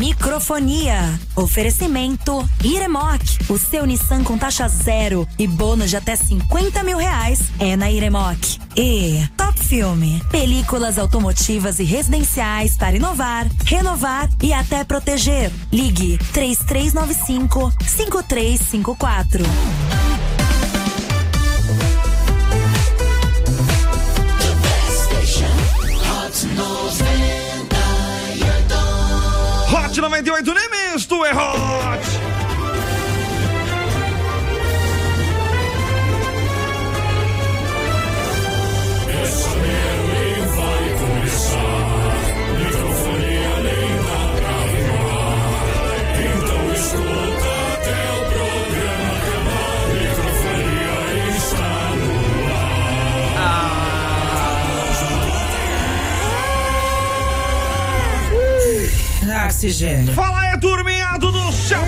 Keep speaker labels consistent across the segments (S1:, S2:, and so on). S1: Microfonia. Oferecimento Iremoc. O seu Nissan com taxa zero e bônus de até 50 mil reais é na Iremoc. E Top Filme. Películas automotivas e residenciais para inovar, renovar e até proteger. Ligue 3395 5354.
S2: Hot 98 nem misto, é hot!
S3: Oxigênio.
S2: Fala aí, turminha do Celto!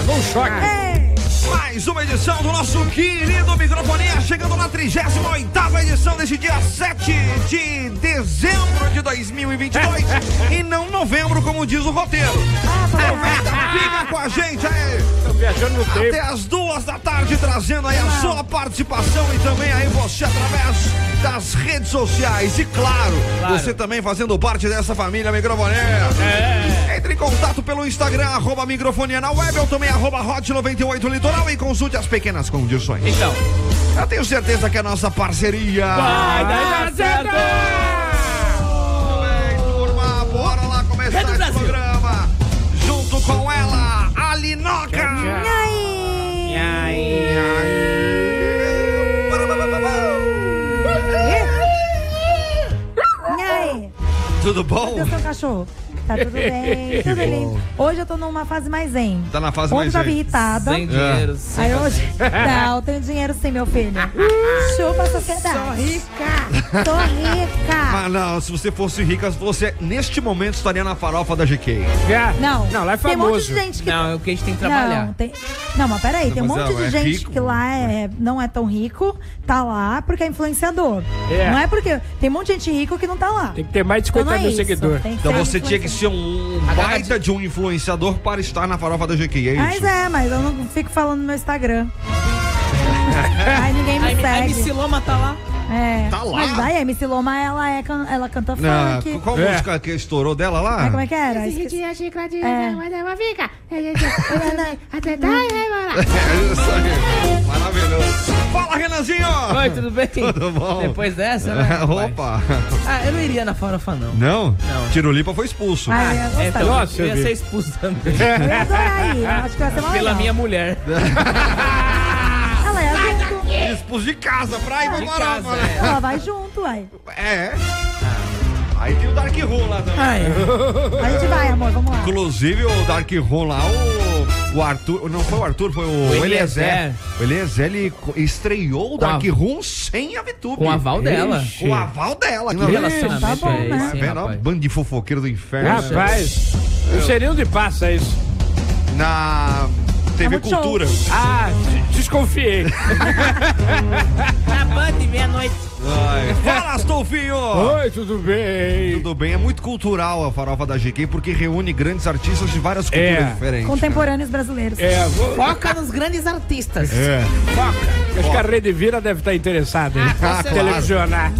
S2: Eba!
S4: Um choque.
S2: É Mais uma edição do nosso querido Microfonia, chegando na 38ª edição desse dia 7 de dezembro de 2022 e não novembro, como diz o roteiro. Aproveita, fica com a gente aí!
S4: Tô viajando no
S2: até
S4: tempo.
S2: as duas da tarde, trazendo aí a sua participação e também aí você através das redes sociais. E claro,
S4: Claro.
S2: você também fazendo parte dessa família microfonia.
S4: É.
S2: Entre em contato pelo Instagram, arroba microfonia na web ou também arroba hot 98 litoral e consulte as pequenas condições.
S4: Então.
S2: Eu tenho certeza que é a nossa parceria.
S4: Vai dar certo!
S2: Bem, turma, bora lá começar
S4: Rede
S2: esse
S4: Brasil.
S2: programa. Junto com ela, a Linoca.
S5: E aí?
S2: Tudo bom?
S5: E o seu cachorro? Tá tudo bem, tudo lindo. Hoje eu tô numa fase mais zen.
S2: Tá na
S5: Ontem
S2: fase
S5: eu
S2: mais
S5: tava
S2: aí.
S5: irritada.
S1: Ah.
S4: Sem um dinheiro, sem
S5: Aí hoje. Não, tenho dinheiro sim, meu filho. Chupa a sociedade. Tô rica. Tô rica.
S2: Ah, não, se você fosse rica, você neste momento estaria na farofa da GK.
S4: Já.
S5: Não.
S4: Não, lá é
S5: Tem um monte
S4: famoso.
S5: de gente que.
S4: Não, é o que a gente tem que
S5: Não,
S4: trabalhar.
S5: tem... não, mas peraí, tem um
S2: mas
S5: monte
S2: é-
S5: de
S2: é
S5: gente
S2: rico.
S5: que lá é, não é tão rico, tá lá porque é influenciador.
S4: É.
S5: Não é porque. Tem um monte de gente rico que não tá lá.
S4: Tem que ter mais de
S5: Então
S4: 50
S5: não é
S4: mil
S5: isso,
S4: seguidores.
S5: tem
S2: Então
S5: ser
S2: você tinha que
S5: influenciador.
S2: ser um baita de um influenciador para estar na farofa da GQ, é
S5: Mas
S2: isso?
S5: é, mas eu não fico falando no meu Instagram. Aí ninguém me segue.
S4: Loma tá lá.
S5: É.
S2: Tá lá.
S5: Mas daí a MC Loma, ela, é can- ela canta
S2: Na-
S5: funk.
S2: qual
S4: É.
S2: música que estourou dela lá?
S5: Ai, como é que é era?
S6: Esse
S5: Esqueci.
S6: dia chicladinho,
S5: É.
S6: mas é uma fica. Até tá embora.
S2: É isso aí. Maravilhoso. Fala, Renanzinho!
S4: Oi, tudo bem? Tudo
S2: bom?
S4: Depois dessa, né? rapaz?
S2: É, Opa!
S4: Ah, eu não iria na farofa, não.
S2: Não?
S4: Não.
S2: Tirulipa foi expulso.
S5: Ai, eu ia gostar.
S4: então,
S3: Nossa,
S4: eu ia
S3: eu vi.
S4: ser expulso também.
S5: Eu ia adorar aí. Eu acho que vai ser uma
S4: Pela
S5: legal.
S4: minha mulher.
S5: Ela é ia junto.
S2: Expulso de casa, pra ir pra
S4: De
S2: morar,
S4: casa,
S2: mano.
S4: é.
S5: Ela vai junto, uai.
S2: É. Aí tem o Dark Room lá também.
S4: Ai,
S5: A gente vai, amor, vamos lá.
S2: Inclusive o Dark Room lá, o, o Arthur. Não foi o Arthur, foi o,
S4: O
S2: Eliezer.
S4: Eliezer.
S2: O Eliezer ele co- estreou o
S4: Com a-
S2: Dark Room sem a VTube.
S4: com o aval dela.
S3: Ixi.
S2: Com o aval dela.
S4: Que relacionamento
S5: tá bom,
S4: é
S5: né?
S4: esse,
S2: Vai
S4: hein,
S2: vendo, ó,
S4: rapaz?
S2: bando de fofoqueiro do inferno.
S3: Rapaz, não seria onde passa é isso.
S2: Na TV
S5: muito
S2: Cultura.
S3: Ah, de- desconfiei.
S4: Na banda, meia-noite.
S2: Ai. Fala, Astolfinho!
S3: Oi, tudo bem?
S2: Tudo bem, é muito cultural a farofa da GK porque reúne grandes artistas de várias culturas
S3: É.
S2: diferentes.
S5: Contemporâneos brasileiros.
S3: É, vou...
S4: Foca nos grandes artistas.
S2: É.
S3: acho que a Rede Vira deve estar interessada em
S4: Ah, com
S3: televisionar.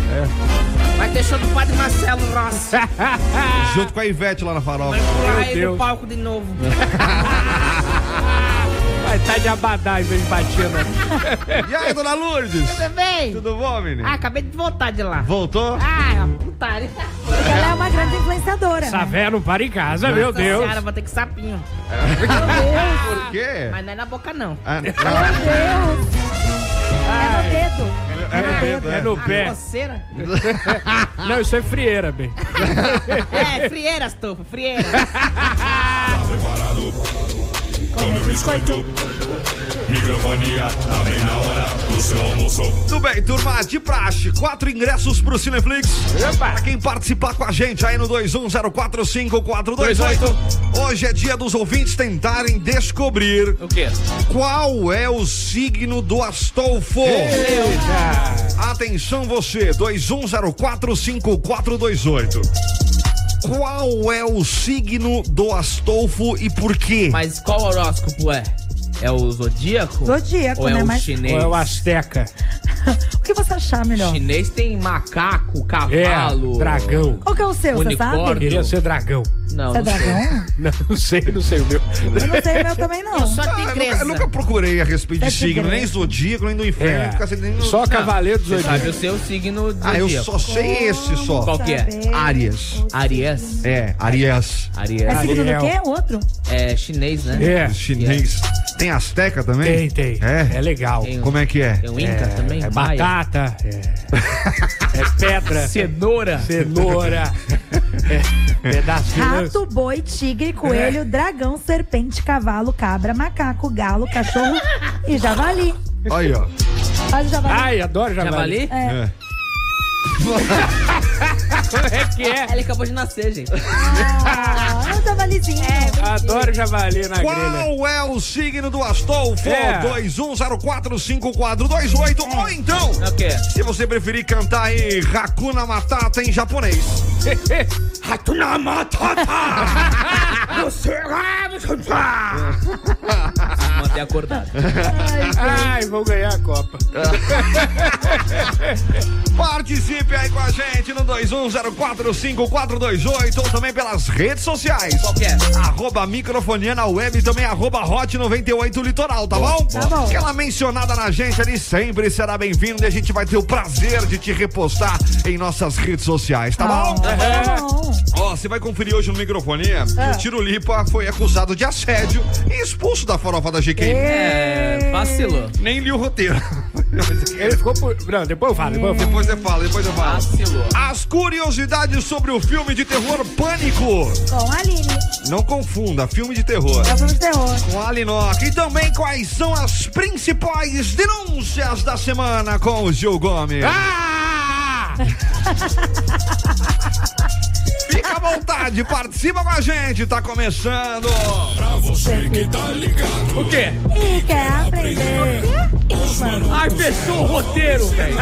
S4: Vai ter show do Padre Marcelo Rossi.
S2: Junto com a Ivete lá na farofa.
S4: Vai pular
S3: Meu
S4: aí
S3: Deus.
S4: no palco de novo.
S3: Vai estar de abadá em vez de batina.
S2: E aí, dona Lourdes?
S4: Você vem?
S2: Tudo bom, menino?
S4: Ah, acabei de voltar de lá.
S2: Voltou?
S4: Ah, putaria.
S5: Ela é uma grande influenciadora.
S3: Essa
S5: né?
S3: véia não para em casa, meu Deus.
S4: Cara, vou ter que sapinho.
S2: Por quê?
S4: Mas não é na boca, não.
S2: Ah, não.
S5: Meu Deus. É no dedo.
S2: É,
S3: É no
S4: A
S3: pé.
S4: Ah, coceira.
S3: Não, isso é frieira, bem.
S4: É, frieiras, topo, frieiras.
S2: Tudo bem, turma, de praxe, quatro ingressos pro Cineflix. Pra quem participar com a gente aí no 21045428. Hoje é dia dos ouvintes tentarem descobrir
S4: O quê?
S2: qual é o signo do Astolfo.
S3: Eita.
S2: A Atenção você, 21045428. Qual é o signo do Astolfo e por quê?
S3: Mas qual horóscopo é? É o zodíaco?
S5: Zodíaco,
S3: Ou é
S5: né,
S3: o
S5: mas-
S3: chinês?
S7: Ou é o Azteca?
S5: O que você achar melhor?
S3: Chinês tem macaco,
S7: É,
S3: cavalo.
S7: dragão.
S5: Qual que é o seu, você sabe?
S3: Unicórnio.
S7: Queria ser dragão.
S3: Não,
S5: Você é
S3: não sei.
S5: dragão?
S7: Não, não sei, não sei o meu.
S5: Eu não sei o meu também, não.
S8: Eu sou a
S2: Ah, eu nunca- eu,
S8: tigresa.
S2: nunca, procurei a respeito de
S5: Tá
S2: signo,
S5: tigresa.
S2: nem zodíaco, nem do inferno, nem
S7: É,
S2: ficar sem- nem no-
S7: só Cavaleiro dos
S3: Você sabe o
S7: Zodíaco.
S3: seu signo zodíaco.
S2: Ah, eu só sei esse só.
S3: Qual que é?
S5: Saber.
S2: Áries.
S3: Aries.
S2: É, Arias.
S5: É
S3: Aries.
S5: segundo do
S7: Ariel.
S5: quê? O outro?
S3: É chinês, né?
S7: É,
S2: Chinês. Tem Azteca também?
S7: tem, tem. É,
S2: É?
S7: legal.
S3: Tem
S2: Como é que é?
S3: Tem o Inca também? Ah,
S7: É
S3: Maia.
S7: batata, é, é pedra,
S3: Cenoura.
S7: cenoura, é, pedaço de lança.
S5: Rato, boi, tigre,
S3: É.
S5: coelho, dragão, serpente, cavalo, cabra, macaco, galo, cachorro e javali.
S2: Aí, ó.
S5: Olha o javali.
S7: Ai, adoro
S3: Javali?
S7: javali.
S5: É.
S2: É.
S7: Como é que é?
S3: Ele acabou de nascer, gente.
S5: Ah, olha o javalizinho.
S3: É,
S7: Adoro javali na grelha.
S2: Qual é o signo do Astolfo?
S7: É.
S2: 21045428. Ou então,
S3: É o quê?
S2: se você preferir cantar aí Hakuna Matata em japonês. Hakuna Matata! Você vai
S3: Manter acordado.
S7: Ai, vou ganhar a Copa.
S2: Participe aí com a gente no 21045428 ou também pelas redes sociais.
S3: Qual que é?
S2: Arroba microfonia na web e também arroba hot 98 litoral, tá bom? Tá
S5: bom.
S2: Aquela mencionada na gente ali sempre será bem-vindo e a gente vai ter o prazer de te repostar em nossas redes sociais, tá bom?
S5: Tá bom.
S2: Ó, você vai conferir hoje no microfonia que o Tiro Lipa foi acusado de assédio e expulso da farofa da GQ.
S3: É, vacilou.
S2: Nem li o roteiro.
S7: Ele ficou por... Não, depois eu falo, depois eu falo.
S2: depois eu falo, depois eu falo.
S3: Vacilou.
S2: As curiosidades sobre o filme de terror Pânico.
S5: Com a Aline.
S2: Não confunda, filme de terror.
S5: É o filme de terror.
S2: Com Alinoca. E também quais são as principais denúncias da semana com o Gil Gomes.
S7: Ah!
S2: Fica à vontade, participa com a gente. Tá começando.
S3: O quê?
S5: E quer aprender?
S3: Ai, fechou o roteiro, velho.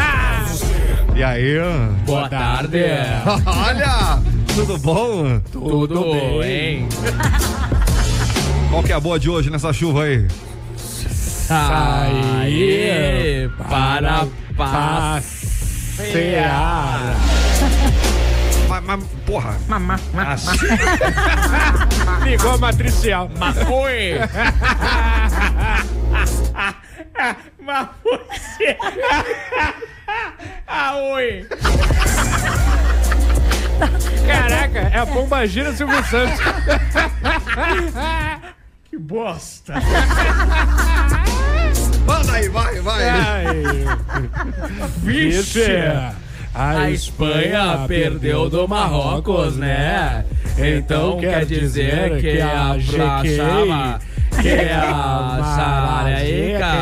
S2: E aí? ó?
S3: Boa tarde. é.
S2: Olha, tudo bom?
S3: Tudo bem?
S2: Qual que é a boa de hoje nessa chuva aí?
S3: Saí para
S7: passear.
S2: Mas, mas, porra,
S7: Assim. Ligou a matricial.
S3: Oi!
S7: Mas você... ah, oi! Caraca, é a bomba gira Silvio Santos. que bosta.
S2: manda aí, vai, vai.
S3: É.
S7: Vixe! A
S3: A Espanha perdeu do Marrocos, né? Então quer dizer que a Brachava, que a Saraica,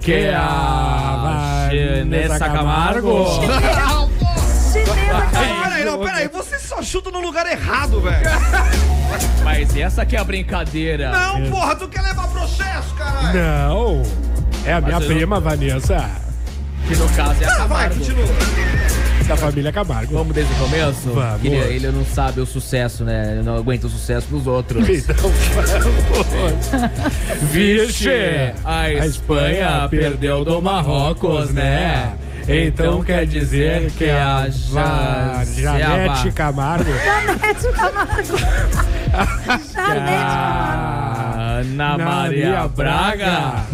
S3: que a Vanessa Camargo.
S5: Chinesa.
S2: Não, peraí, não, peraí, você só chuta no lugar errado, velho.
S3: Mas essa que é a brincadeira.
S2: Não, porra, tu quer levar processo, caralho.
S7: Não! É a minha
S3: Mas eu não-
S7: prima, Vanessa,
S3: Que no caso é a
S2: Ah, vai,
S3: Camargo.
S2: continua.
S7: da família Camargo.
S3: Vamos desde o começo?
S7: Vamos.
S3: Que ele, ele não sabe o sucesso, né? Ele não aguenta o sucesso dos outros. Vixe, a Espanha perdeu do Marrocos, né? Então quer Então dizer que a
S7: Ja-
S3: Ja-
S7: Janete
S3: Java-
S7: Camargo.
S5: Janete Camargo. Janete Camargo.
S3: a Ana Maria Braga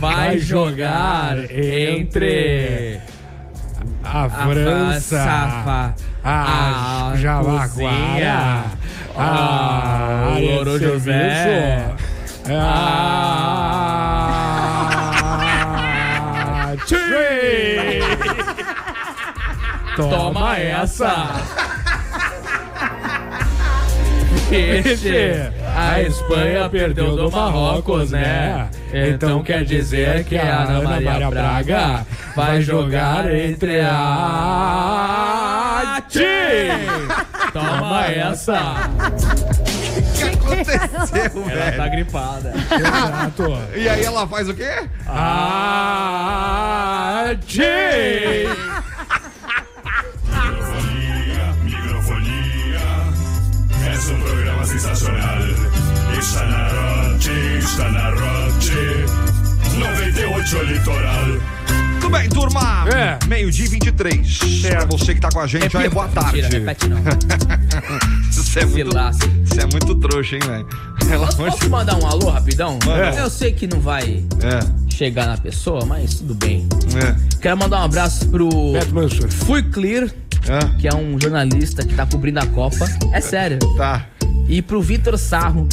S3: vai jogar entre
S7: A
S3: a
S7: França.
S3: Safa,
S7: A
S3: a
S7: Javaguara.
S3: Cozinha, a
S7: área de
S3: Ah, Louro
S7: serviço,
S3: José, Ah. Ah.
S7: A. Tchê!
S3: Toma essa! Vixe, a Espanha perdeu do Marrocos, né? Então quer dizer que a Ana Maria Braga vai jogar entre a
S4: Bate! Toma essa!
S2: O que aconteceu,
S4: Ela tá
S2: velho?
S4: gripada.
S3: Exato.
S2: E aí ela faz o quê?
S4: Ate!
S9: Microfonía, microfonía. Es un programa sensacional. Está na Roche, está na Roche. 98 Litoral.
S2: Tudo bem, turma?
S3: É.
S2: Meio-dia e 23. Pra você que tá com a gente, aí, boa tarde.
S4: É Mentira, repete não.
S2: Você é muito,
S4: Vilaça.
S2: você é muito trouxa, hein, velho? Pelo amor
S4: Posso
S2: de
S4: te mandar um alô rapidão?
S2: Manda.
S4: Eu sei que não vai
S2: É,
S4: chegar na pessoa, mas tudo bem.
S2: é,
S4: Quero mandar um abraço pro
S3: Beto Mansur.
S4: Fui Clear,
S2: é.
S4: que é um jornalista que tá cobrindo a Copa. É sério.
S2: Tá.
S4: E pro Vitor Sarro.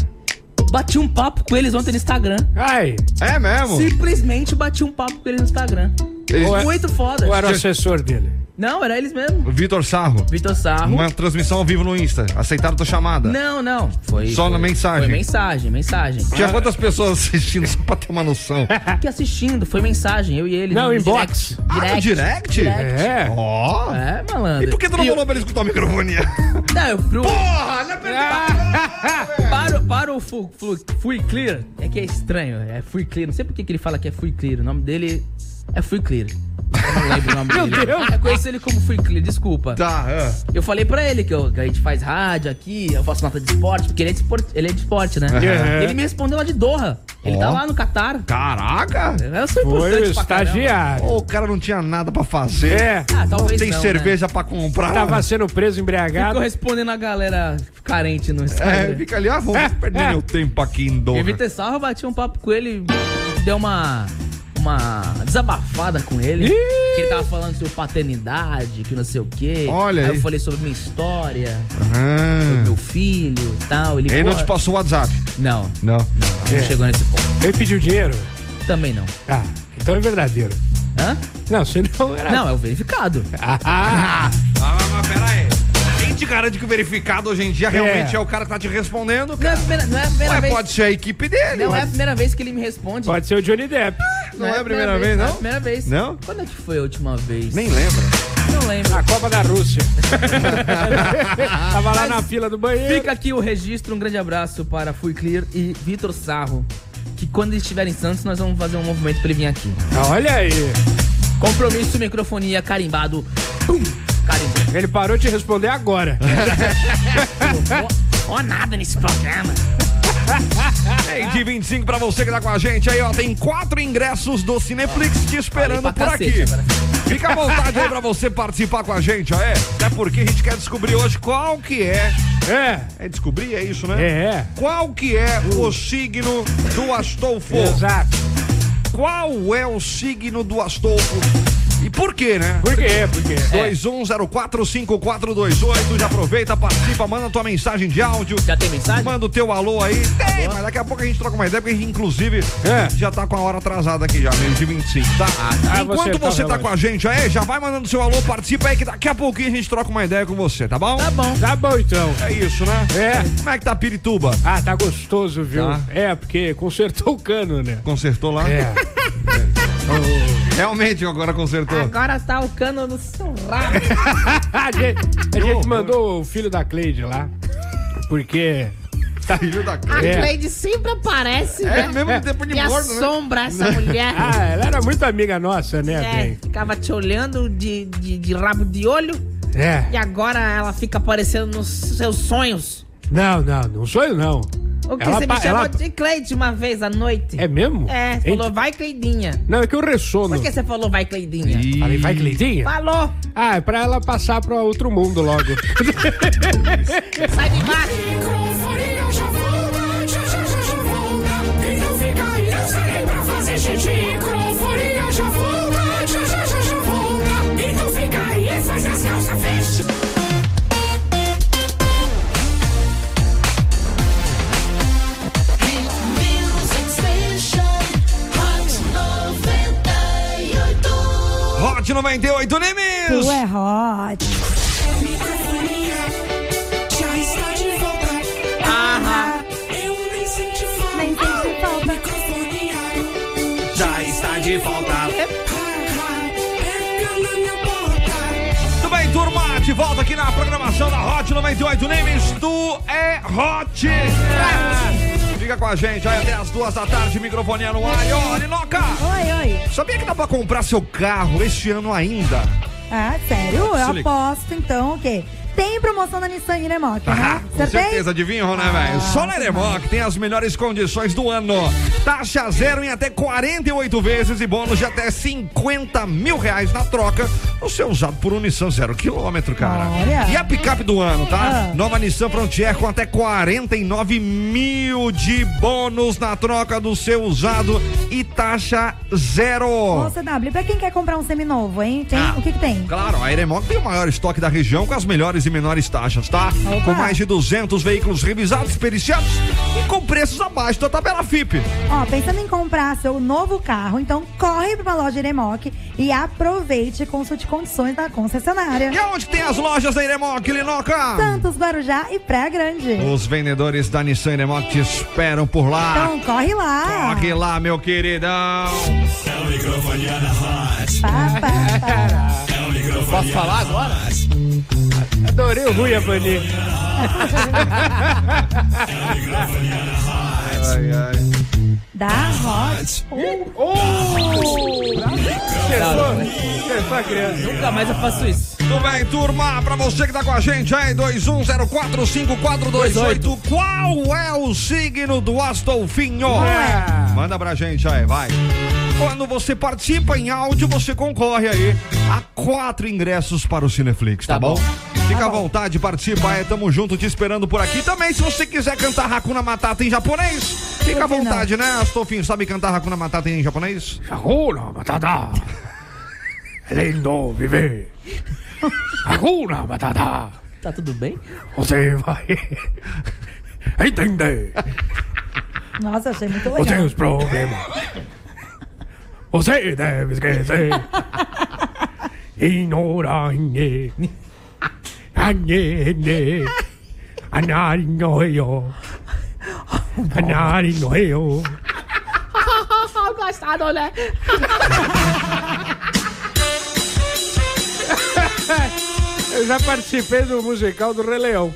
S4: Bati um papo com eles ontem no Instagram.
S3: Ai,
S2: É mesmo?
S4: Simplesmente bati um papo com eles no Instagram.
S2: Eles-
S3: Ué.
S4: Muito foda.
S3: eu era o assessor dele.
S4: Não, era eles mesmo.
S2: Vitor Sarro.
S4: Vitor Sarro.
S2: Uma transmissão ao vivo no Insta. Aceitaram tua chamada?
S4: Não, não. Foi.
S2: Só
S4: foi-
S2: na mensagem.
S4: Foi mensagem, mensagem.
S2: Tinha quantas pessoas assistindo, só pra ter uma noção?
S4: Fiquei assistindo, foi mensagem, eu e ele.
S3: Não,
S4: no
S3: inbox.
S4: direct.
S2: Ah, no direct?
S3: É.
S2: Ó.
S4: É, malandro.
S2: E por que tu não
S4: E eu-
S2: falou pra ele escutar o microfone?
S4: Não, eu pro,
S2: Porra, não é pra ele
S4: para, o- para o fu, Flu- Fui Clear. É que é estranho, é Fui Clear. Não sei por que que ele fala que é Fui Clear. O nome dele é Fui Clear. Eu não lembro o nome dele.
S3: Deus.
S4: Eu conheço ele como Fui Clear, desculpa.
S2: Tá, é.
S4: Eu falei pra ele que, eu- que a gente faz rádio aqui, eu faço nota de esporte, porque ele é de esporte, ele é de esporte né?
S3: Uhum.
S4: Ele me respondeu lá de Doha. Ele tá
S2: Ó.
S4: lá no Catar. É,
S2: Caraca!
S4: Eu sou
S3: Foi o
S4: importante pra caramba.
S3: estagiário.
S2: Ô, o cara não tinha nada pra fazer.
S3: É.
S4: Ah, talvez
S2: Tem
S4: não, né?
S2: cerveja pra comprar.
S3: Tava sendo preso,
S4: Ficou
S3: embriagado.
S4: respondendo a galera carente no
S2: É,
S4: Instagram.
S2: fica ali, ah, vou perder
S3: é.
S2: meu tempo aqui em
S4: Eu
S2: Doha.
S4: vi Tessarro, eu bati um papo com ele, deu uma. Uma desabafada com ele.
S3: Ih!
S4: Que ele tava falando sobre paternidade, que não sei o quê.
S2: Olha
S4: aí.
S2: aí.
S4: eu falei sobre minha história,
S2: Ah.
S4: meu filho e tal. Ele,
S2: Ele não
S4: pô,
S2: te passou o WhatsApp?
S4: Não,
S2: Não. É.
S4: não chegou nesse ponto.
S3: Ele pediu dinheiro?
S4: Também não.
S3: Ah, então é verdadeiro.
S4: Hã?
S3: Não, senão era.
S4: Não, é o verificado.
S3: Ah,
S2: Ah, mas, mas pera aí. Quem te garante que o verificado hoje em dia realmente é o cara que tá te respondendo?
S4: Não é a primeira, não é a primeira
S2: Ué,
S4: vez.
S2: pode ser a equipe dele.
S4: Não é
S2: ué.
S4: a primeira vez que ele me responde.
S3: pode ser o Johnny Depp.
S2: Não é a primeira vez,
S4: É a
S2: não?
S4: primeira vez.
S2: Não? Ah,
S4: Quando é que foi a última vez?
S2: Nem lembra.
S4: não lembro.
S3: A Copa da Rússia. Tava lá na fila do banheiro.
S4: Fica aqui o registro, um grande abraço para Fui Clear e Vitor Sarro. Que quando ele estiver em Santos, nós vamos fazer um movimento pra ele vir aqui.
S3: Olha aí.
S4: Compromisso, microfonia, carimbado. Pum! Carimbado.
S3: Ele parou de responder agora.
S4: Ó, nada nesse programa.
S2: É de 25 pra você que tá com a gente aí, ó. Tem quatro ingressos do Cineflix te esperando
S4: Falei pra
S2: por aqui.
S4: cacete agora.
S2: Fica à vontade aí pra você participar com a gente, ó. É, até porque a gente quer descobrir hoje qual que é.
S3: É.
S2: É descobrir, é isso, né?
S3: É.
S2: Qual que é o signo do Astolfo?
S3: Exato.
S2: Qual é o signo do Astolfo? E por quê, né?
S3: Por quê? Por quê?
S4: É.
S2: 21045428, já aproveita, participa, manda tua mensagem de áudio.
S4: Já tem mensagem?
S2: Manda o teu alô aí. Tem, mas daqui a pouco a gente troca uma ideia, porque a gente, inclusive,
S3: É.
S2: já tá com a hora atrasada aqui já, meio de 25, tá?
S3: ah,
S2: Enquanto
S3: você tá
S2: você tá
S3: relógio.
S2: com a gente aí, já vai mandando seu alô, participa aí, que daqui a pouquinho a gente troca uma ideia com você, tá bom?
S4: Tá bom.
S3: Tá bom então.
S2: É isso, né?
S3: É.
S2: Como é que tá Pirituba?
S3: Ah, tá gostoso, viu?
S2: Tá.
S3: É, porque consertou o cano, né?
S2: Consertou lá?
S3: É.
S2: Realmente agora consertou.
S10: Agora tá o cano no seu rabo.
S3: a gente, a
S2: Ô,
S3: gente mandou o filho da Cleide lá. Porque.
S2: Filho da
S10: A
S2: c-
S3: É.
S10: Cleide sempre aparece,
S2: É,
S10: né?
S2: mesmo tempo de
S10: E
S2: morno, né?
S10: assombra essa mulher.
S3: Ah, ela era muito amiga nossa, né,
S10: É,
S3: bem?
S10: ficava te olhando de, de, de rabo de olho
S3: É.
S10: e agora ela fica aparecendo nos seus sonhos.
S3: Não, não, não sou eu, não.
S10: O que
S3: Ela
S10: você
S3: pa-
S10: me chamou
S3: ela-
S10: de Cleide uma vez à noite?
S3: É mesmo?
S10: É, você
S3: Hein?
S10: falou vai Cleidinha.
S3: Não, é que eu ressono.
S10: Por que você falou vai Cleidinha?
S3: Falei, vai, Cleidinha?
S10: Falou,
S3: Ah, é pra ela passar pra outro mundo logo.
S10: sai de baixo.
S9: Microfonia já volta, já já já já volta. E não fica aí, eu serei pra fazer xixi. Microfonia já volta, já já já já volta. E não fica aí, faz as calças fechadas.
S2: Hot 98
S7: Tu
S2: Nimes!
S7: é hot. Nem sente falta.
S2: Já está de volta. Tudo bem, turma? De volta aqui na programação da Hot 98 Nimes. Tu é Hot. Fica com a gente aí até as duas da tarde, microfonia no ar. E ó, Linoca,
S5: Oi, oi.
S2: sabia que dá pra comprar seu carro este ano ainda?
S5: Ah, sério? Eu
S2: liga.
S5: aposto, então, o quê? Tem promoção da Nissan Iremoc,
S2: Ah,
S5: né? Ah.
S2: com
S5: Você tem?
S2: certeza, adivinhou, né, velho? Só na Eremoc tem as melhores condições do ano. Taxa zero em até 48 vezes e bônus de até 50 mil reais na troca. O seu usado por um Nissan zero quilômetro, cara.
S5: Olha.
S2: E a picape do ano, tá?
S5: Ah.
S2: Nova Nissan Frontier com até 49 mil de bônus na troca do seu usado e taxa
S5: Ô,
S2: zero.
S5: CW, pra quem quer comprar um seminovo, hein? Tem,
S2: Ah,
S5: o que que tem?
S2: Claro, a Eremoc tem o maior estoque da região com as melhores e menores taxas, tá?
S5: Opa.
S2: Com mais de 200 veículos revisados, periciados e com preços abaixo da tabela FIP.
S5: Ó, pensando em comprar seu novo carro, então corre pra loja Iremoc e aproveite e consulte condições na concessionária.
S2: E aonde tem as lojas da Eremoc, Linoca?
S5: Santos, Guarujá e Praia Grande.
S2: Os vendedores da Nissan Eremoc te esperam por lá.
S5: Então corre lá.
S2: Corre lá, meu queridão.
S9: É o microfonia na Hot.
S5: Pá, pá, pá.
S9: É o microfonia Posso falar agora?
S3: Adorei o Rui Avani.
S9: É o microfonia na Hot.
S5: Dá roda. é
S3: Foi a criança.
S10: Nunca mais eu faço isso.
S2: Tudo bem, turma? Pra você que tá com a gente aí, 21045428. Qual é o signo do Astolfinho?
S3: é?
S2: Manda pra gente aí, vai. Quando você participa em áudio, você concorre aí a quatro ingressos para o Cineflix, tá,
S10: Tá
S2: bom?
S10: bom.
S2: Fica à vontade, participa, é, tamo junto, te esperando por aqui. Também, se você quiser cantar Hakuna Matata em japonês, fica à
S5: Por que não?
S2: vontade, né, Astolfinho? Sabe cantar Hakuna Matata em japonês?
S3: Hakuna Matata. É lindo viver. Hakuna Matata.
S10: Tá tudo bem?
S3: Você vai entender
S5: Nossa, achei muito
S3: os
S5: legal.
S3: seus problemas. Você deve esquecer. Ignorar. Anhe, anhe, anari no eu. Anari no eu.
S6: Gostado, né?
S3: Eu já participei do musical do Rei Leão.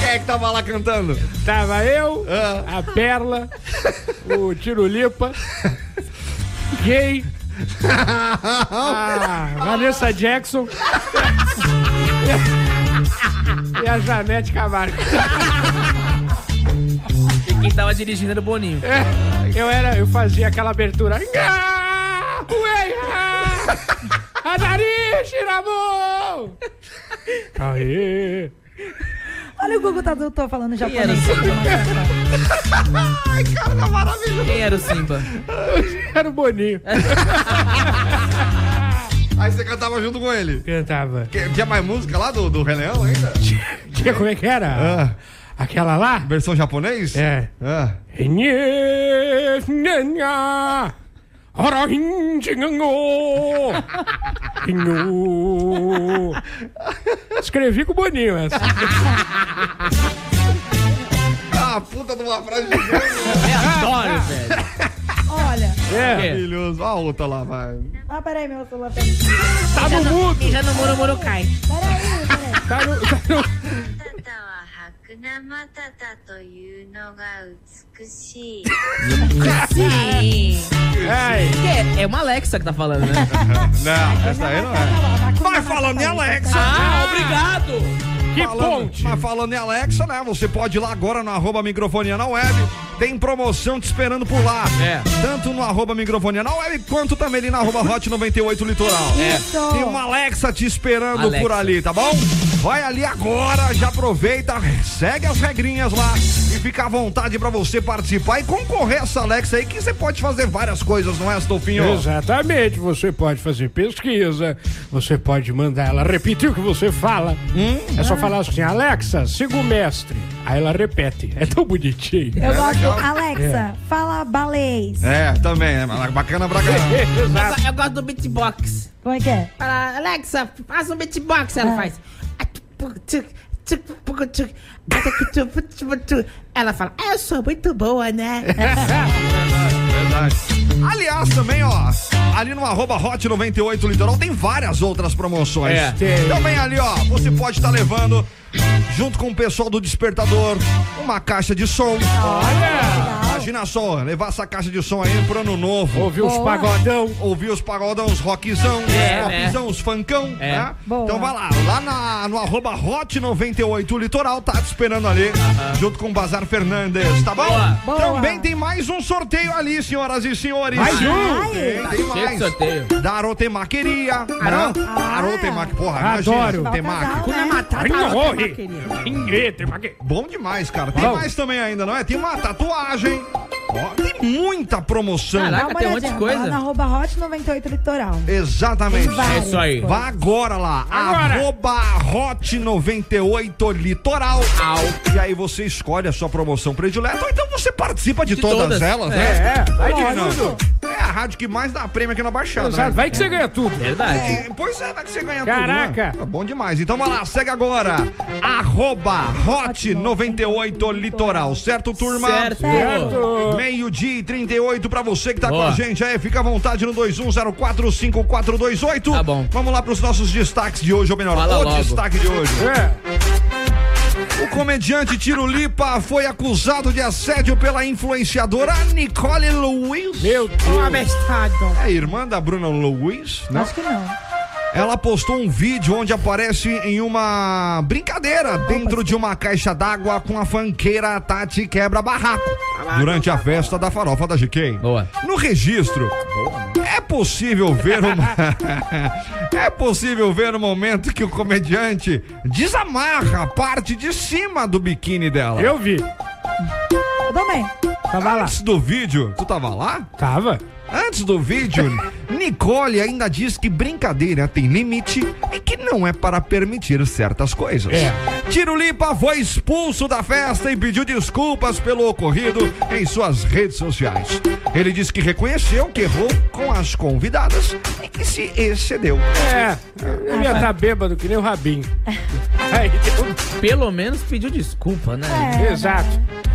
S2: Quem é que tava lá cantando?
S3: Tava eu,
S2: Ah.
S3: a Perla, o Tirulipa, Gay, a Vanessa Jackson e a Janete Camargo.
S10: E quem tava dirigindo era o Boninho.
S3: É, eu, era, eu fazia aquela abertura. Ngá, ueia, A nariz, Shiramon! Aê!
S5: Olha o Google Tradutor falando
S10: era
S5: japonês.
S10: o Simba?
S2: Ai, cara, tá maravilhoso.
S10: Quem era o Simba?
S3: Era o Boninho.
S2: Aí você cantava junto com ele.
S3: Cantava.
S2: Que- Tinha mais música lá do, do Rei Leão ainda?
S3: Tinha como é que
S2: Ah,
S3: era? Aquela lá?
S2: versão japonês?
S3: É.
S2: Ah.
S3: Nhê-nhê-nhá, oró-him-tchingangô, nhu. Escrevi com o Boninho essa.
S2: Ah, puta de uma frase gigante.
S10: Adoro, velho.
S5: Olha.
S3: É,
S2: maravilhoso. Olha a outra lá, vai.
S5: Ah, peraí, meu celular.
S3: tá no mudo.
S4: Quem já no muro, o muro cai.
S5: Peraí, peraí.
S3: Tá no, tá no-
S11: 方は白生マタタというのが美しい。
S3: Ai,
S10: Que é, é uma Alexa que tá falando, né?
S2: Não, essa aí não é. Vai falando em Alexa.
S10: Ah, obrigado!
S3: que
S2: Falando-
S3: ponte.
S2: Mas falando em Alexa, né? Você pode ir lá agora no arroba microfonia na web. Tem promoção te esperando por lá.
S10: É.
S2: Tanto no arroba microfonia na web, quanto também ali na arroba hot 98 litoral. É. Tem uma Alexa te esperando
S10: Alexa.
S2: por ali, tá bom? Vai ali agora, já aproveita, segue as regrinhas lá e fica à vontade pra você participar e concorrer a essa Alexa aí, que você pode fazer várias coisas, não é, Astolfinho?
S3: Exatamente, você pode fazer pesquisa, você pode mandar ela repetir o que você fala. É só falar assim, Alexa, siga o mestre. Aí ela repete. É tão bonitinho.
S5: Eu gosto. Alexa, fala balês.
S2: É, também, né? Mas Bacana pra caramba.
S3: Exato.
S4: Eu gosto do beatbox.
S5: Como é que é?
S4: Fala, Alexa, faz um beatbox. Ela faz. Ela fala, eu sou muito boa, né?
S2: Verdade. Aliás, também, ó, ali no arroba Hot 98 Litoral tem várias outras promoções.
S10: É.
S3: Tem.
S2: Também ali, ó, você pode estar levando, junto com o pessoal do Despertador, uma caixa de som. Imagina só, levar essa caixa de som aí pro ano novo.
S3: Ouviu os
S5: Boa.
S3: pagodão.
S2: Ouvir os pagodão, os rockzão,
S10: É,
S2: os
S10: né?
S2: popzão, os funkão,
S10: É.
S2: né?
S5: Boa.
S2: Então vai lá, lá na- no arroba Hot 98 Litoral, tá te esperando ali, junto com o Bazar Fernandes, tá bom?
S10: Boa.
S5: Boa.
S2: Também tem mais um sorteio ali, senhoras e senhores.
S3: Mais um?
S2: Tem, tem
S10: Tá Cheio de
S2: mais.
S10: sorteio.
S2: Da Arotemaqueria.
S10: Arô?
S5: Ah.
S2: Arotemac, porra,
S3: Adoro.
S2: imagina, Arotemac.
S4: Kuna Matata.
S3: Ai, morre.
S4: querido.
S3: Ingrete, pra quê?
S2: Bom demais, cara. Tem
S3: Bom.
S2: mais também ainda, não é? Tem uma tatuagem. Ó, tem muita promoção.
S10: Caraca.
S5: Dá uma
S10: tem um monte de
S5: olhadinha,
S10: coisa.
S5: Lá na arroba hot 98 litoral.
S2: Exatamente.
S5: Vai.
S10: É isso aí.
S5: Vai.
S2: Vá agora lá,
S3: Agora.
S2: arroba Hot 98 Litoral. E aí você escolhe a sua promoção predileta, ou então você participa de,
S10: De
S2: todas,
S10: todas.
S2: elas,
S10: É,
S2: né?
S3: é. Vai de
S2: Não,
S3: tudo.
S2: É a rádio que mais dá prêmio aqui na Baixada. né?
S3: Exato, Vai que você ganha tudo.
S10: Verdade.
S2: É, Pois é, vai que você ganha tudo.
S3: Caraca.
S2: né? Tá bom demais. Então vai lá, segue agora. Arroba Hot 98 Litoral, certo, turma?
S10: Certo.
S4: É.
S2: Meio-dia e 38 pra você que tá com
S10: Boa.
S2: a gente aí. Fica à vontade no 21045428.
S10: Tá bom.
S2: Vamos lá pros nossos destaques de hoje, ou melhor,
S10: Fala
S2: o
S10: logo.
S2: destaque de hoje.
S3: É.
S2: O comediante Tiro Lipa foi acusado de assédio pela influenciadora Nicole Luiz.
S3: Meu
S4: Um
S3: Deus.
S4: abestado.
S2: É irmã da Bruna Luiz, né?
S5: Acho que não.
S2: Ela postou um vídeo onde aparece em uma brincadeira dentro de uma caixa d'água com a fanqueira Tati Quebra Barraco durante a festa da farofa da GK.
S10: Boa.
S2: No registro, é possível ver um... é possível ver o momento que o comediante desamarra a parte de cima do biquíni dela.
S3: Eu vi.
S5: Eu também.
S3: Tava lá.
S2: Antes do vídeo, tu tava lá?
S3: Tava.
S2: Antes do vídeo, Nicole ainda diz que brincadeira tem limite e que não é para permitir certas coisas.
S3: É.
S2: Tirulipa foi expulso da festa e pediu desculpas pelo ocorrido em suas redes sociais. Ele disse que reconheceu que errou com as convidadas e que se excedeu.
S3: É. Eu ia estar bêbado que nem o Rabinho. Aí, deu-
S10: Pelo menos pediu desculpa, né?
S5: É,
S3: Exato.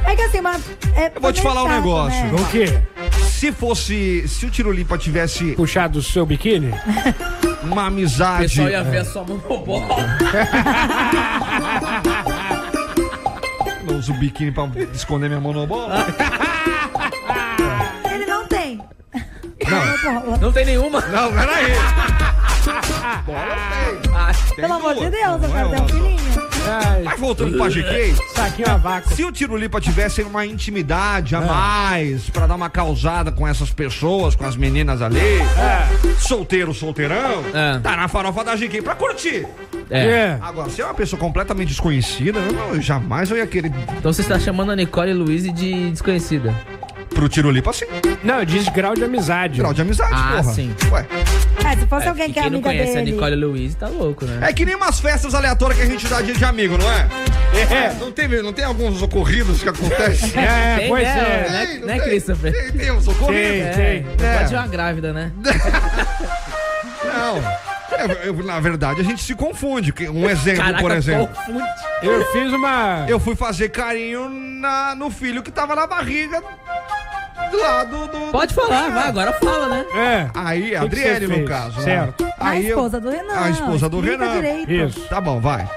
S5: É que assim, mas. é-
S2: Eu vou te falar um
S5: chato,
S2: negócio,
S5: né?
S2: viu?
S3: O quê?
S2: Se fosse, se o Tirulipa tivesse
S3: Puxar do seu biquíni?
S2: uma
S10: O
S2: amizade,
S10: pessoal ia ver a sua mão bobola.
S2: não uso biquíni pra esconder minha monobola.
S10: Ah.
S5: Ele não tem. Não.
S10: Não tem nenhuma.
S2: Não, peraí.
S10: Ah,
S5: Pelo amor de Deus, eu
S2: Não é
S5: quero ter
S2: uma
S5: um
S2: só.
S5: filhinho.
S3: Ai,
S2: Mas voltando pra GK,
S3: saquinho a vaca.
S2: se o Tirulipa tivesse uma intimidade a mais pra dar uma causada com essas pessoas, com as meninas ali, solteiro, solteirão,
S10: É.
S2: tá na farofa da GK pra curtir.
S10: É.
S3: É.
S2: Agora, se é uma pessoa completamente desconhecida, eu não- eu jamais eu ia querer
S10: Então você está chamando a Nicole Luiz de desconhecida.
S2: pro Tirulipa assim,
S3: Não, eu disse grau de amizade.
S2: grau de amizade,
S10: Ah,
S2: porra.
S10: sim.
S2: Ué,
S5: É, se fosse
S10: É,
S5: alguém
S10: e
S5: que é
S10: quem não
S5: amiga
S10: conhece
S5: dele.
S10: a Nicole Luiz tá louco, né?
S2: é que nem umas festas aleatórias que a gente dá dia de amigo, não é? É, não, teve, não tem alguns ocorridos que acontecem?
S3: É,
S10: Tem,
S3: pois
S10: né?
S3: é.
S10: Né,
S2: Tem, não
S10: né,
S2: tem?
S10: Christopher?
S2: Tem, tem uns ocorridos.
S3: Tem,
S10: É,
S3: tem.
S2: É.
S10: Pode ser uma grávida, né?
S2: Não. É, eu- na verdade, a gente se confunde. Que- Um exemplo, por exemplo.
S10: confunde.
S3: Eu fiz uma.
S2: Eu fui fazer carinho na- no filho que tava na barriga lá do. do-
S10: Pode
S2: do
S10: falar,
S2: cara.
S10: vai, agora fala, né?
S3: É.
S2: Aí, a
S3: que que
S2: Adriele,
S3: você
S2: no
S3: fez?
S2: caso. né?
S3: Certo.
S5: A
S2: Aí eu-
S5: esposa do Renan.
S2: A esposa do
S5: Explica
S2: Renan.
S5: direito.
S3: Isso.
S2: Tá bom, vai.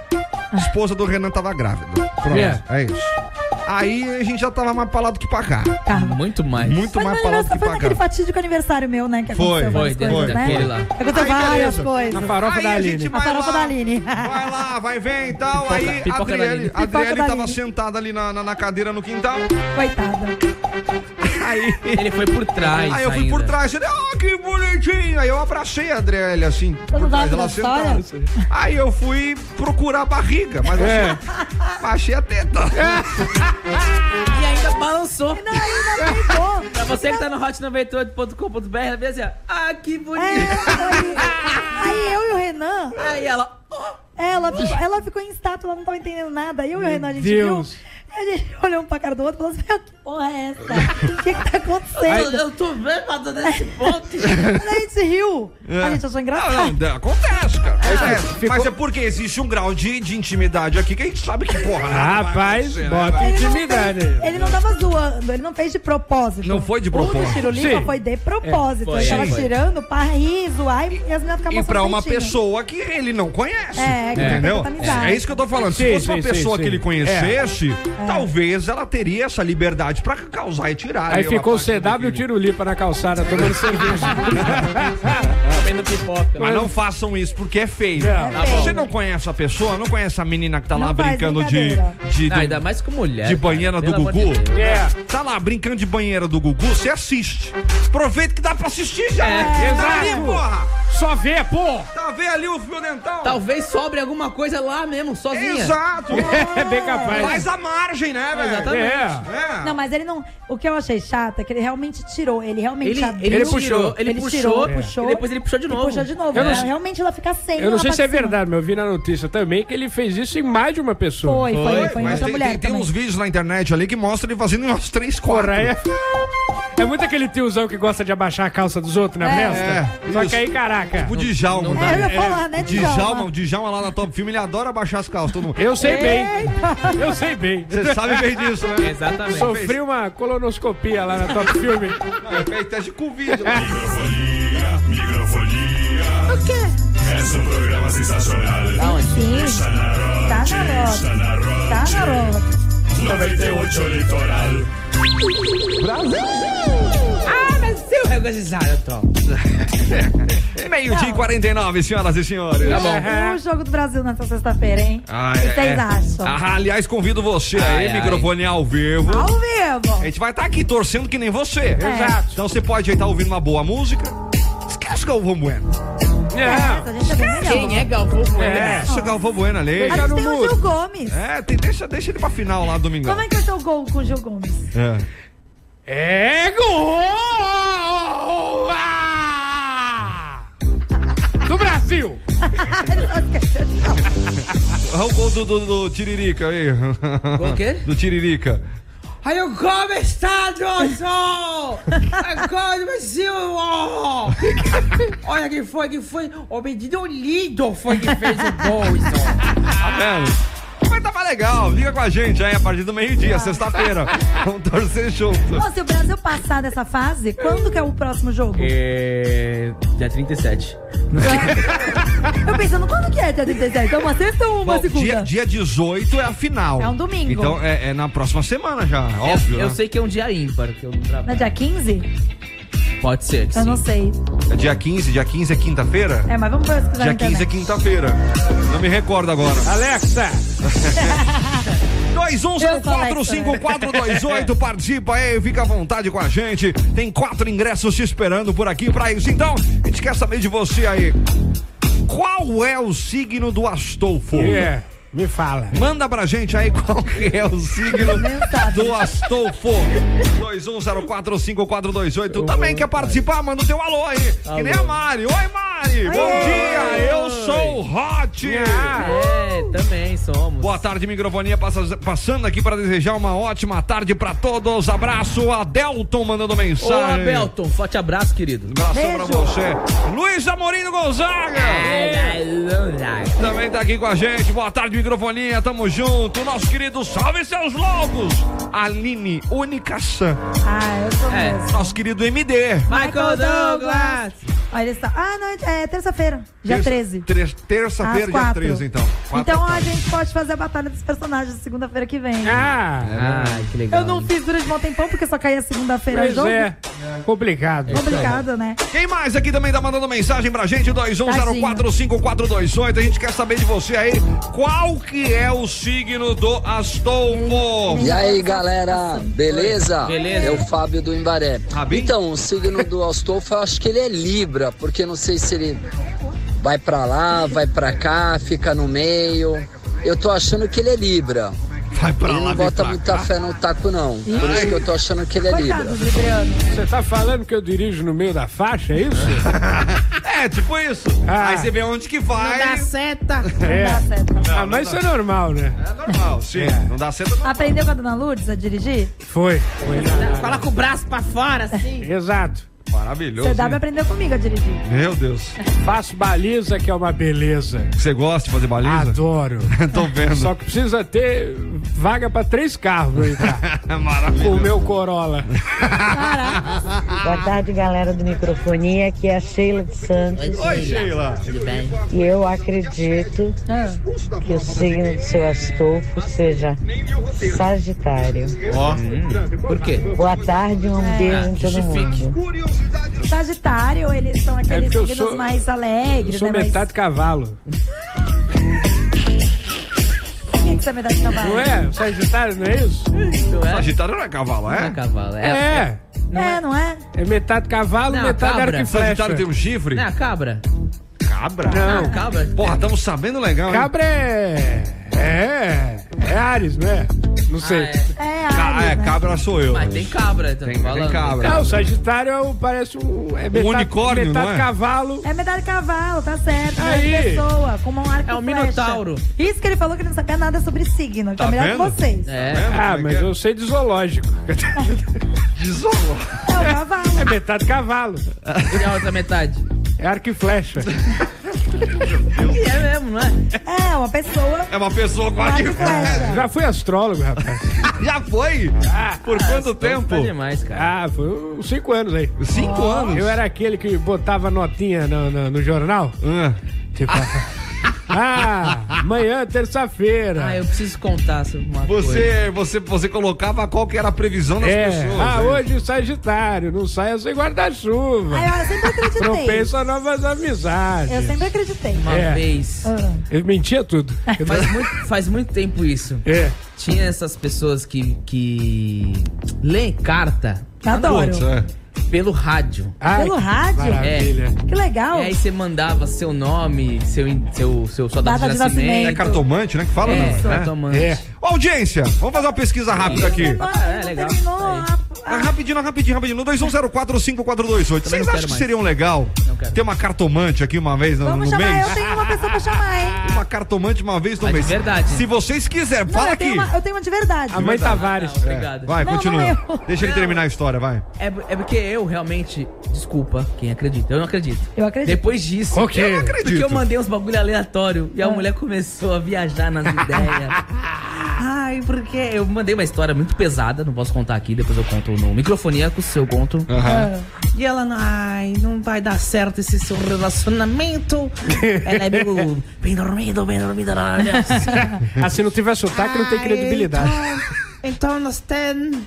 S2: A esposa do Renan tava grávida. Pronto.
S10: É.
S2: É isso. Aí a gente já tava mais pra lá do que pra cá.
S5: Tá.
S10: Muito mais.
S2: Muito
S5: Mas
S2: mais
S5: meu
S2: pra lá do que
S5: aniversário foi
S2: pra cá.
S5: naquele fatídico aniversário meu, né? Que
S2: Foi,
S5: aconteceu várias
S10: foi,
S5: coisas,
S10: teve
S5: né?
S10: aquele lá.
S5: Aconteceu
S2: Aí,
S5: várias
S2: beleza.
S3: Na
S5: coisas.
S3: farofa
S2: Aí
S3: da
S2: a
S3: Aline.
S2: gente
S5: A
S2: vai
S5: farofa
S2: lá.
S5: da Aline.
S2: Vai lá, vai ver e tal.
S10: Pipoca-
S2: Aí a
S10: pipoca da
S2: Adriele,
S10: Aline.
S2: a Adriele
S5: Pipoca da
S2: tava
S5: Aline.
S2: sentada ali na, na- na cadeira no quintal.
S5: Coitada.
S2: Aí.
S10: Ele foi por trás.
S2: Aí eu fui por
S10: ainda.
S2: trás, ele, ah, que bonitinho. Aí eu abracei a Adriele, assim, por
S5: lado
S2: trás
S5: da
S2: dela
S5: história?
S2: sentada. Aí eu fui procurar a barriga, mas
S3: É.
S2: achei, achei a teta.
S10: E ainda balançou.
S5: Não, ainda brincou.
S10: Pra você que tá no hot98.com.br, vê assim, ó. Ah, que bonito.
S5: É, foi. Aí eu e o Renan,
S10: Aí ela. ó,
S5: ela, ela ficou em estátua, ela não tava entendendo nada. Eu e o Renan, a gente
S3: Deus.
S5: viu. A gente olhou um pra cara do outro e falou assim: "Meu, que porra é essa? O que, que tá
S4: Eu,
S5: acontecendo?
S4: eu tô bêbado nesse ponto.
S5: Quando a gente riu, a gente achou engraçado.
S2: É. Não, não, acontece, cara. Acontece. Mas é porque existe um grau de, de intimidade aqui que a gente sabe que porra. né?
S3: Rapaz,
S2: Vai acontecer, né?
S3: bota
S2: Vai.
S5: Ele não
S3: intimidade.
S5: fez- Ele não tava zoando, ele não fez de propósito.
S2: Não foi de
S5: O do
S2: propósito. É,
S5: Tirulipa
S3: Sim.
S5: foi de propósito. ele tava tirando pra rir, zoar e, e as meninas ficavam
S2: E pra uma
S5: sentindo.
S2: pessoa que ele não conhece.
S5: Tá É, que não tem
S2: entendeu?
S5: tanta amizade.
S2: É isso que eu tô falando. Se
S3: Sim,
S2: fosse uma
S3: sim, sim,
S2: pessoa
S3: sim.
S2: que ele conhecesse,
S5: É.
S2: talvez ela teria essa liberdade pra causar e tirar.
S3: Aí
S2: né,
S3: ficou tipo o
S2: rapaz,
S3: CW
S2: daquele.
S3: Tirulipa na calçada tomando cerveja.
S10: Comendo pipoca.
S2: Mas não façam isso, porque é feio.
S3: Não.
S5: Tá bom.
S2: Você não conhece a pessoa, não conhece a menina que tá lá
S5: Não faz
S2: brincando de,
S5: brincadeira.
S2: de,
S10: Não,
S2: do-
S10: Ah, ainda mais com mulher.
S2: de
S10: cara.
S2: banheira do
S10: Pelo amor
S2: Gugu.
S10: de Deus.
S3: É.
S2: Tá lá brincando de banheira do Gugu, você assiste. Aproveita que dá pra assistir já.
S10: É,
S2: tá ali,
S3: exato.
S2: porra.
S3: Só vê, pô!
S2: Tá vendo ali o fio dental?
S10: Talvez sobre alguma coisa lá mesmo, sozinha.
S2: Exato.
S3: É bem capaz.
S2: Faz a margem, né, velho?
S10: Exatamente.
S3: É.
S2: É.
S5: Não, mas ele não. O que eu achei chato é que ele realmente tirou. Ele realmente
S10: Ele,
S5: abriu.
S10: ele,
S3: Ele
S10: puxou,
S3: tirou,
S10: ele,
S5: ele
S10: puxou,
S5: tirou,
S10: é.
S5: puxou.
S10: E depois ele puxou de
S5: Ele
S10: novo.
S5: puxou de novo.
S3: Eu não
S5: Ela
S3: sei-
S5: realmente ela fica sem.
S3: Eu não
S5: lá
S3: sei
S5: pra
S3: se é
S5: cima.
S3: verdade, mas eu vi na notícia também que ele fez isso em mais de uma pessoa.
S5: Foi, foi, foi. foi
S2: Mas
S5: outra
S2: tem,
S5: mulher
S2: tem- tem
S5: também.
S2: uns vídeos na internet ali que mostram ele fazendo umas três, quatro.
S3: Porra, é. É muito aquele tiozão que gosta de abaixar a calça dos outros na
S5: É.
S3: festa.
S2: É,
S3: Só
S2: isso.
S3: que aí, caraca.
S2: Tipo O Djalma.
S5: É, eu ia
S2: né?
S5: falar, né,
S2: Djalma,
S5: Djalma?
S2: o Djalma lá na Top Filme, ele adora baixar as calças. Todo mundo.
S3: Eu sei bem. Eu sei bem.
S2: Você sabe bem disso, né?
S10: Exatamente.
S3: Sofri uma colonoscopia lá na Top Filme.
S2: É, Fez teste né? de Covid. lá.
S9: Microfonia, microfonia. Es un programa sensacional.
S5: Sim,
S9: Está en la rock,
S5: tá na roda.
S9: está en la rock.
S5: Tá na roda.
S9: 98 Litoral.
S10: Ah, mas seu regozijado, Tom.
S2: Meio-dia e 49, senhoras e senhores.
S10: Tá bom.
S5: E o jogo do Brasil nessa sexta-feira, hein? o
S2: Ah,
S5: que
S2: é,
S5: vocês
S2: é.
S5: acham?
S2: Ah, aliás, convido você aí,
S10: Ai, ai.
S2: microfone ao vivo.
S5: Ao É. vivo.
S2: A gente vai estar aqui torcendo que nem você.
S5: Exato.
S2: Então você pode estar ouvindo uma boa música. Esquece o Galvão Bueno.
S5: Essa gente é bem melhor.
S10: Quem é Galvão Bueno?
S3: É.
S2: Deixa o Galvão Bueno ali.
S5: A
S3: Tá
S5: gente
S3: no
S5: tem o
S3: mudo.
S5: Gil Gomes.
S2: É, tem- deixa, deixa ele pra final lá, domingão.
S5: Como é que vai ser o gol com o Gil Gomes?
S2: É.
S3: É gol! Ah! Do Brasil!
S2: Olha o gol do, do, do Tiririca aí.
S10: O quê?
S2: Do Tiririca.
S10: Aí o Gomes está, É Johnson! Agora o Brasil! ó! Olha quem foi, quem foi? O menino lindo foi que fez o gol, então.
S2: Tá
S5: Ah.
S2: vendo? Mas tava legal. Liga com a gente aí a partir do meio-dia, sexta-feira. Vamos torcer junto.
S5: Pô, se o Brasil passar dessa fase, quando que é o próximo jogo?
S10: É. Dia 37.
S5: Eu pensando, quando que é dia 37? É uma sexta ou uma
S2: Bom,
S5: segunda?
S2: dia, dia 18 é a final.
S5: É um domingo.
S2: Então é, é na próxima semana já, óbvio.
S10: Eu
S2: né?
S10: sei que é um dia ímpar que eu não
S5: Não é
S10: trabalho.
S5: dia 15?
S10: Pode ser que
S5: Eu não
S10: sim.
S5: sei.
S2: É dia 15, dia 15 é quinta-feira?
S5: É, mas vamos pesquisar na
S2: Dia 15 é
S5: internet.
S2: quinta-feira. Não me recordo agora.
S3: Alexa!
S2: 21545428, participa aí, fica à vontade com a gente. Tem quatro ingressos te esperando por aqui pra isso. Então, a gente quer saber de você aí. Qual é o signo do Astolfo?
S3: É, me fala.
S2: Manda pra gente aí qual que é o signo do Astolfo. 21045428. Também quer participar? Manda o teu alô aí. Que nem a Mari. Oi, Mari. Bom dia, eu sou o Hot.
S10: É, também somos.
S2: Boa tarde, microfonia passa- passando aqui para desejar uma ótima tarde para todos. Abraço, Adelton mandando
S10: Ô,
S2: mensagem.
S10: Abelton, forte abraço, querido.
S2: Abração pra você. Luiz Amorino Gonzaga.
S4: É.
S10: É,
S2: Também tá aqui com a gente. Boa tarde, microfonia. Tamo junto. Nosso querido Salve Seus Lobos. Aline Unicaçã.
S5: Ah, eu sou
S10: É.
S5: mesmo.
S2: Nosso querido MD.
S10: Michael Douglas!
S5: Olha, está... Ah, não, é terça-feira, dia
S2: Terça-
S5: 13.
S2: ter- Terça-feira,
S5: às
S2: dia
S5: quatro.
S2: 13, então. Quatro
S5: Então
S2: da
S5: a
S2: tarde.
S5: gente pode fazer a batalha dos personagens segunda-feira que vem.
S3: Ah,
S10: Ai, que legal.
S5: Eu não fiz durante um tempão porque só caía segunda-feira o
S3: pois
S5: jogo.
S3: é. Complicado.
S5: Complicado, né?
S2: Quem mais aqui também tá mandando mensagem pra gente? 21045428. A gente quer saber de você aí. Qual que é o signo do Astolfo?
S12: E aí galera, beleza?
S10: Beleza.
S12: É o Fábio do Imbaré.
S2: Fabinho?
S12: Então, o signo do Astolfo, eu acho que ele é Libra, porque não sei se ele vai pra lá, vai pra cá, fica no meio. Eu tô achando que ele é Libra.
S2: Vai pra
S12: ele
S2: lá,
S12: não
S2: vem
S12: bota
S2: pra
S12: muita
S2: cá.
S12: fé no taco, não. Por isso que eu tô achando que ele é Libra.
S3: Você tá falando que eu dirijo no meio da faixa, é isso?
S2: É, tipo isso. Aí você vê onde que vai.
S4: Não dá seta.
S3: É.
S5: Não dá seta.
S3: ah, mas isso é normal, né?
S2: É normal, sim. Não dá seta.
S5: Aprendeu com a dona Lourdes a dirigir?
S3: Foi. Foi na-
S4: Coloca o braço pra fora, assim.
S3: Exato.
S2: Maravilhoso.
S5: CW
S2: hein?
S5: aprendeu comigo a dirigir.
S2: Meu Deus.
S3: Faço baliza, que é uma beleza.
S2: Você gosta de fazer baliza?
S3: Adoro.
S2: Ah, Tô vendo.
S3: Só que precisa ter vaga pra três carros pra eu entrar.
S2: É Maravilhoso.
S3: O meu Corolla.
S13: Boa tarde, galera do Microfonia. Aqui é a Sheila de Santos.
S2: Oi, Sheila.
S13: Tudo bem? E eu acredito que o signo do seu Astolfo seja Sagitário.
S10: Ó. Por quê?
S13: Boa tarde, um
S5: É.
S4: Ah,
S13: beijo em todo
S10: Justifique.
S13: mundo.
S5: Sagitário, eles são aqueles
S3: porque eu
S5: signos
S3: sou-
S5: mais
S3: Eu
S5: alegres,
S3: sou
S5: né?
S3: metade cavalo.
S5: Mas quem é que você é metade cavalo?
S3: Não é? Sagitário, não é isso?
S2: Sagitário não é cavalo, é?
S4: cavalo.
S3: É.
S5: É, não é?
S3: É metade cavalo,
S4: Não,
S3: metade
S4: cabra.
S3: arco e flecha.
S2: Sagitário tem um chifre?
S4: Não, é cabra.
S2: Cabra?
S4: Não,
S3: Não.
S4: cabra.
S2: Porra, estamos sabendo legal, hein?
S3: Cabra é... É... É Ares, né? Não sei.
S4: Ah, é.
S5: É,
S2: Ca-
S5: Ares,
S2: é,
S5: né?
S2: cabra sou eu.
S4: Mas tem né? cabra, tô
S2: Tem- tem
S4: falando.
S2: cabra.
S3: Não, o Sagitário é o- parece um. É metade,
S2: unicórnio,
S3: metade
S2: não é?
S3: cavalo.
S5: É medalha de cavalo, tá certo. Aí.
S3: Aí.
S5: pessoa, com um arco
S4: É um
S5: e flecha.
S4: minotauro.
S5: Isso que ele falou que ele não sabia nada sobre signo. que
S2: Tá
S5: é melhor
S2: vendo?
S5: que vocês. É,
S4: É.
S3: Ah, mas eu sei de zoológico.
S2: De zoológico.
S5: o um cavalo.
S3: É metade cavalo.
S4: E a outra metade?
S3: É arco e flecha.
S4: E é mesmo, não é?
S5: É, uma pessoa.
S2: É uma pessoa com a
S5: Arco e flecha.
S3: Já fui astrólogo, rapaz.
S2: Já foi? Por quanto tempo?
S4: Tá demais, cara.
S3: Ah, foi uns cinco anos aí. Ah.
S2: Cinco anos.
S3: Eu era aquele que botava notinha no, no- no jornal.
S2: Ah.
S3: Tipo. Ah, amanhã, terça-feira.
S4: Ah, eu preciso contar sobre uma coisa.
S2: Você, você, você colocava qual que era a previsão das
S3: É.
S2: pessoas.
S3: ah,
S2: né?
S3: hoje o Sagitário, não saia sem guarda-chuva.
S5: Aí eu sempre acreditei.
S3: Propenso a novas
S5: Eu
S3: amizades.
S5: sempre acreditei.
S4: Uma
S3: É.
S4: vez.
S5: Ah,
S3: Eu mentia tudo.
S4: Faz muito, faz muito tempo isso.
S3: É.
S4: Tinha essas pessoas que, que leem carta
S5: adoro.
S2: Putz, é.
S4: pelo rádio.
S3: Ai,
S5: Pelo
S3: que
S5: rádio?
S3: Maravilha.
S5: Que legal.
S4: E aí você mandava seu nome, seu, in- seu, seu sua data,
S5: Data
S4: de
S5: de
S4: nascimento.
S2: É
S5: Então.
S2: cartomante, né? Que fala,
S4: É,
S2: não, né?
S4: cartomante.
S3: É.
S2: Ô, Audiência, vamos fazer uma pesquisa rápida aqui.
S5: Demora,
S4: Ah, é
S5: não
S4: legal.
S5: terminou
S4: Tá
S2: Ah,
S5: a- a-
S2: rapidinho, rapidinho, rapidinho. No 21045428. Vocês acham
S4: Também não quero
S2: que
S4: mais.
S2: seriam legal
S4: Não quero.
S2: ter uma cartomante aqui uma vez no,
S5: Vamos
S2: no
S5: chamar.
S2: mês?
S5: Eu tenho uma pessoa pra chamar, hein?
S2: Uma cartomante uma vez no
S4: Mas Ah, de
S2: mês.
S4: verdade.
S2: Se vocês quiserem,
S5: Não,
S2: fala
S5: eu,
S2: aqui.
S5: tenho uma, eu tenho uma de verdade.
S3: A mãe Tavares.
S4: Não, obrigado.
S2: Vai,
S5: Não,
S2: continua.
S5: não, eu-
S2: Deixa ele terminar a história, vai.
S4: É, é porque eu realmente. Desculpa, quem acredita? Eu não acredito.
S5: Eu acredito.
S4: Depois disso.
S3: Qual que é? Eu não
S2: acredito.
S4: Porque eu mandei uns bagulho aleatório e a mulher começou a viajar nas ideias. Ai, porque eu mandei uma história muito pesada, não posso contar aqui, depois eu conto no microfonia com o seu conto.
S2: Aham.
S4: E ela, ai, não vai dar certo esse seu relacionamento. ela é meio bem dormida, bem dormida. olha assim.
S3: Ah, se não tiver sotaque, não tem
S10: Ai,
S3: credibilidade.
S10: Ah, Então, então nós temos.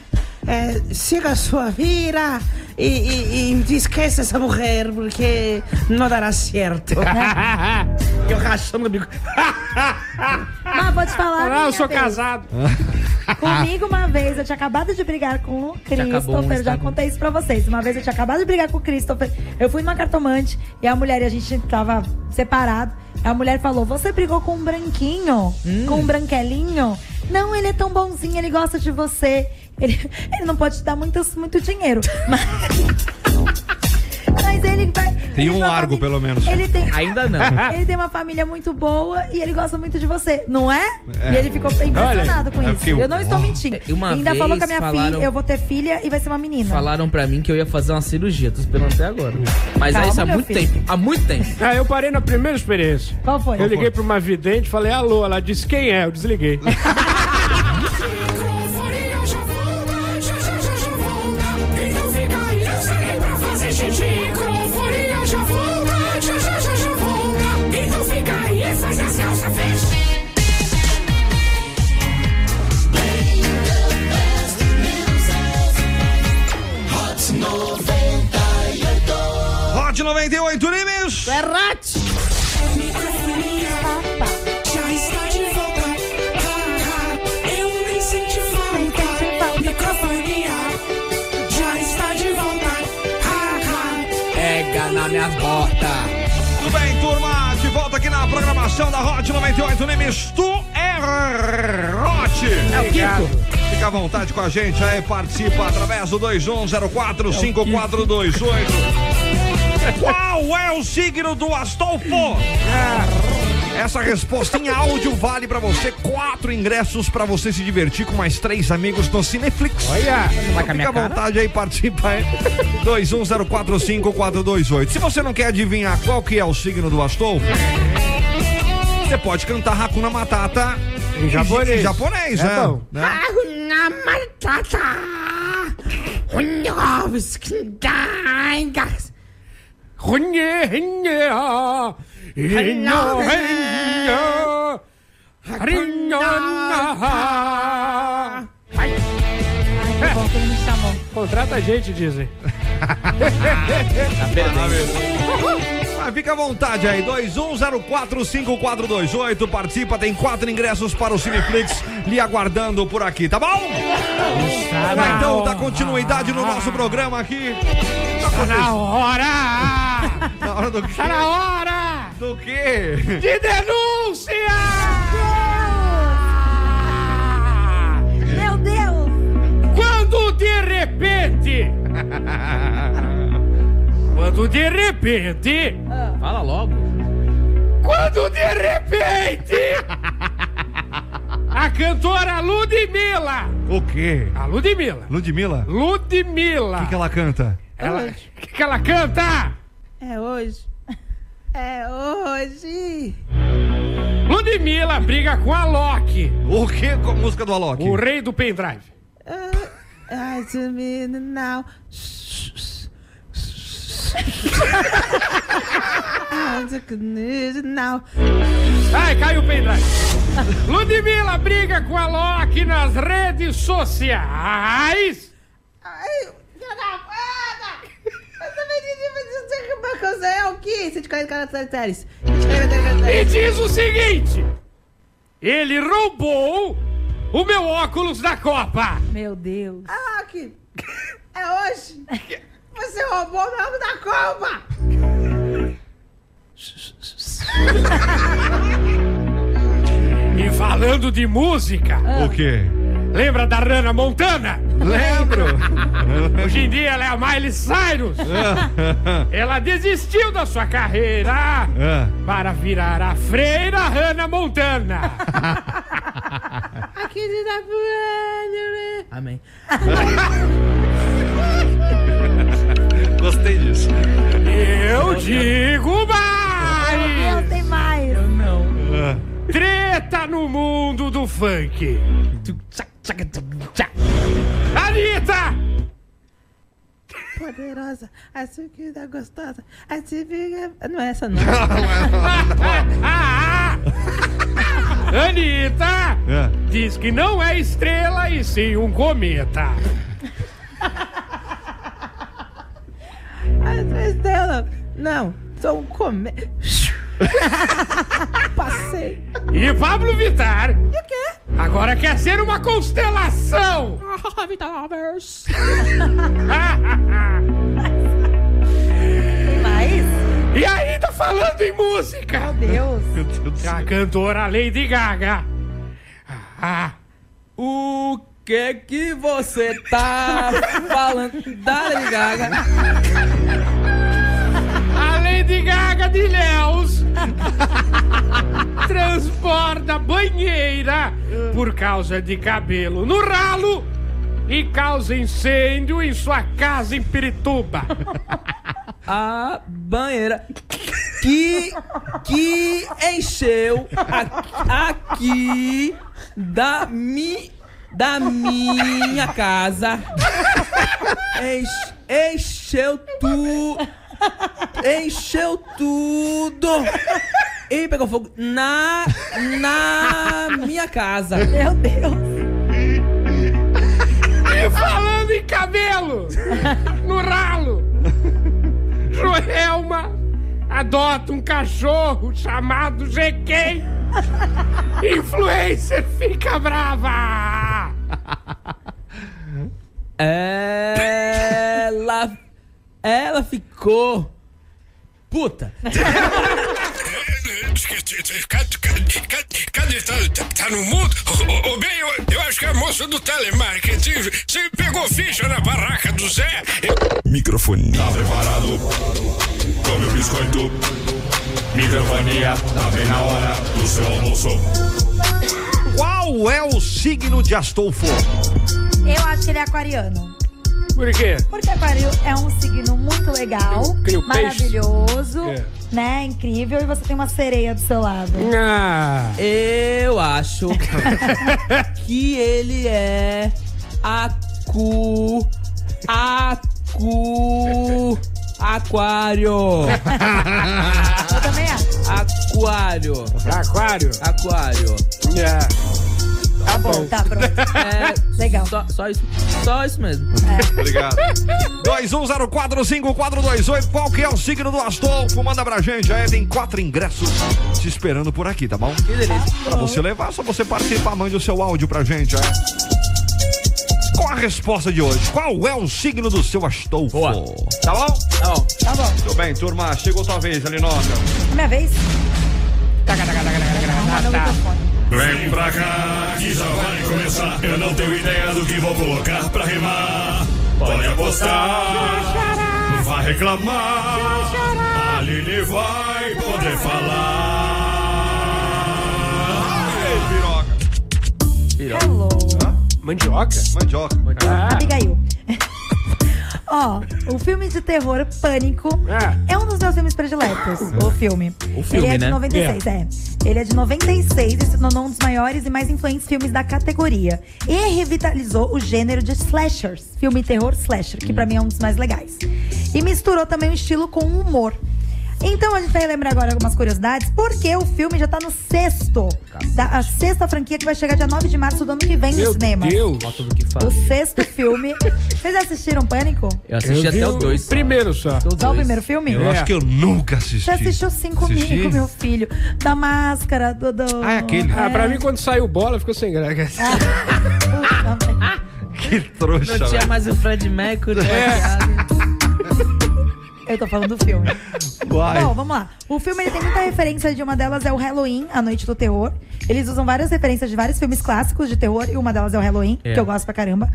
S10: É, siga a sua vida e, e, e esqueça essa mulher, porque não dará certo.
S4: eu rachando o bico.
S5: Mas vou te falar.
S3: Ah, eu
S5: minha
S3: sou
S5: vez.
S3: casado.
S5: Comigo uma vez, eu tinha acabado de brigar com o
S4: acabou um
S5: Christopher. Já
S4: Instagram.
S5: contei isso pra vocês. Uma vez eu tinha acabado de brigar com o Christopher. Eu fui numa cartomante e a mulher, e a gente tava separado. A mulher falou: Você brigou com um branquinho?
S2: Hum.
S5: Com um branquelinho? Não, ele é tão bonzinho, ele gosta de você. Ele, ele não pode te dar muito, muito dinheiro. Mas, mas ele vai.
S2: Tem
S5: ele
S2: um
S5: uma
S2: largo,
S5: família-
S2: pelo menos.
S5: Ele tem,
S4: Ainda não.
S5: ele tem uma família muito boa e ele gosta muito de você, não é? E ele ficou impressionado com
S2: é
S5: isso.
S2: porque eu-
S5: Eu não estou mentindo.
S4: E uma
S5: Ainda
S4: vez
S5: falou com a minha
S4: falaram-
S5: filha, eu vou ter filha e vai ser uma menina.
S4: Falaram pra mim que eu ia fazer uma cirurgia, tô esperando até agora. Mas
S5: Calma,
S4: é isso há
S5: meu
S4: muito
S5: filho.
S4: tempo. Há muito tempo.
S3: Ah, eu parei na primeira experiência.
S5: Qual foi?
S3: Eu liguei pra uma vidente, falei alô, ela disse quem é, eu desliguei.
S7: Microfonia já volta, já já já já volta. E não fica aí, serei pra fazer xixi. Microfonia já volta, já já já já volta. E não fica aí, faz as calças fez.
S2: Hot 98 Nimes.
S5: É.
S7: Já está de volta. Ah, ah, eu nem senti falta. Microfonia já está de volta. Ah, ah.
S4: Pega na minha bota.
S2: Tudo bem, turma? De volta aqui na programação da Hot 98 Nimes. Tu é Ferrote. É o Kiko. Fica à vontade com a gente aí, participa através do 21045428. Qual é o signo do Astolfo? É. Essa resposta em áudio vale pra você quatro ingressos pra você se divertir com mais três amigos no Cineflix.
S3: Olha,
S2: Então fica à vontade aí, participa aí. 21045428. Se você não quer adivinhar qual que é o signo do Astolfo, você pode cantar Hakuna Matata
S3: Em japonês.
S2: Em japonês,
S3: É
S2: né?
S3: bom.
S2: Né?
S10: Hakuna Matata. Hunyahovskindaigas.
S3: Runhe, rinhe, ah, inho, rinho, rinho, naha.
S5: Ai, que bom que ele me chamou.
S3: É. Contrata a gente, dizem.
S2: Ah, fica à vontade aí, 21045428. Participa, tem quatro ingressos para o Cineflix lhe aguardando por aqui, tá bom? Vai, então, dá continuidade no nosso programa aqui. Tá na
S3: hora!
S2: Na hora do quê?
S3: Tá na hora
S2: Do quê?
S3: de denúncia!
S5: Meu Deus!
S3: Quando de repente, quando de repente,
S4: Fala logo.
S3: quando de repente, a cantora Ludmilla,
S2: O quê?
S3: a Ludmilla,
S2: Ludmilla? O
S3: Ludmilla,
S2: que, que ela canta?
S3: ela, que, que ela canta?
S10: É hoje. É hoje.
S3: Ludmilla briga com a Loki,
S2: O quê? Com a música do Alok?
S3: o rei do pendrive.
S10: Ah, Ai, to me now. I'm the good now.
S3: Ai, caiu o pendrive. Ludmilla briga com a Loki nas redes sociais.
S10: Ai, filha da foda! Eu também disse, mas isso é que uma coisa é o quê? 140 caracteres. 140
S3: E
S10: caracteres.
S3: diz o seguinte: ele roubou o meu óculos da Copa.
S5: Meu Deus.
S10: Ah, que... É hoje. Você roubou o nome da Copa!
S3: E falando de música,
S2: O quê?
S3: lembra da Rana Montana?
S2: Lembro.
S3: Hoje em dia ela é a Miley Cyrus.
S2: É,
S3: Ela desistiu da sua carreira
S2: Ah,
S3: para virar a freira Hannah Montana.
S10: Aqui de né? da pura...
S4: Amém.
S2: gostei disso.
S3: Eu digo mais.
S5: Meu, Ah, tem mais.
S4: Eu não.
S2: Ah,
S3: Treta no mundo do funk.
S4: Tchac, tchac, tchac, tchac.
S3: Anitta!
S10: Poderosa, açúcar gostosa, a típica... Não é essa, não.
S3: Ah, Anitta!
S2: ah.
S3: Diz que não é estrela e sim um cometa.
S10: As três dela. Não, sou um come... Passei.
S3: E Pablo Vittar. E o quê? Agora quer ser uma constelação!
S5: Tem mais?
S3: e ainda falando em música!
S5: Deus.
S2: Meu Deus do céu.
S3: A cantora Lady Gaga. Ah,
S4: O que que você tá falando da Lady Gaga?
S3: a Lady Gaga de Léus transborda banheira por causa de cabelo no ralo e causa incêndio em sua casa em Pirituba.
S4: a banheira que, que encheu a- aqui da, mi, da minha casa. Enche- encheu tudo. Encheu tudo. E pegou fogo na, na minha casa.
S5: Meu Deus.
S3: E falando em cabelo, no ralo, Joelma adota um cachorro chamado GK. Influencer fica brava.
S4: Ela. Ela ficou. Puta!
S14: Ele tá, tá- tá no mundo?
S3: oh,
S14: Ô, ô, ô, bem, eu, eu acho que a moça do telemarketing se pegou ficha na barraca do Zé.
S9: Microfone. Tá preparado? Come o biscoito. Microfonia, tá bem na hora do seu almoço.
S2: Qual é o signo de Astolfo?
S5: Eu acho que ele é aquariano.
S3: Por quê?
S5: Porque aquário é um signo muito legal,
S3: crio peixe.
S5: maravilhoso,
S4: É.
S5: né? Incrível. E você tem uma sereia do seu lado.
S4: Eu acho que ele é acu. Acu. Aquário.
S5: Eu também acho.
S4: Aquário.
S3: Aquário?
S4: Aquário.
S5: Tá bom, tá pronto. Legal.
S4: É Só, só isso, só isso mesmo.
S2: Obrigado. 21045428, qual que é o signo do Astolfo? Manda pra gente, aí tem quatro ingressos te esperando por aqui, tá bom? Que
S4: delícia.
S2: Pra você levar, só você participar, mande o seu áudio pra gente, é. Qual a resposta de hoje? Qual é o signo do seu Astolfo? Tá bom?
S4: Tá bom.
S5: Tá bom.
S2: Tudo bem, turma, chegou tua vez, Alinoca.
S5: Minha vez?
S9: Vem pra cá, que já vai começar. Eu não tenho ideia do que vou colocar pra rimar. Pode apostar, vai reclamar. A Aline vai poder falar.
S5: Piroca. Hello.
S3: Mandioca?
S2: Mandioca.
S4: Ah.
S5: Abigail. Ó, o filme de terror Pânico é, um dos meus filmes prediletos. o filme.
S4: Ah. O filme,
S5: Ele é de
S4: né?
S5: 96, é. Ele é de 96 e se tornou um dos maiores e mais influentes filmes da categoria. E revitalizou o gênero de slashers, filme terror slasher, que pra mim é um dos mais legais. E misturou também o estilo com o humor. Então a gente vai relembrar agora algumas curiosidades, porque o filme já tá no sexto. Da, a sexta franquia que vai chegar dia 9 de março do ano que vem no
S4: Meu
S5: cinema.
S3: Deus.
S4: Ó, tudo que
S5: O
S4: faz.
S5: sexto filme. Vocês assistiram Pânico?
S4: Eu assisti
S3: Eu vi
S4: até o
S3: o
S4: 2.
S3: Primeiro só.
S5: Só o primeiro filme?
S2: Eu acho que eu nunca assisti.
S5: Você assistiu cinco
S3: Assisti?
S5: comigo, meu filho. Da máscara, do. do...
S3: Ah, é aquele. Ah, pra mim, quando saiu bola, ficou sem graça.
S2: que trouxa,
S4: Não tinha mais o Fred
S15: É.
S4: Mercury.
S5: Eu tô falando do filme.
S2: Uai.
S5: Bom, vamos lá. O filme ele tem muita referência de uma delas é o Halloween, A Noite do Terror. Eles usam várias referências de vários filmes clássicos de terror e uma delas é o Halloween,
S15: É.
S5: que eu gosto pra caramba.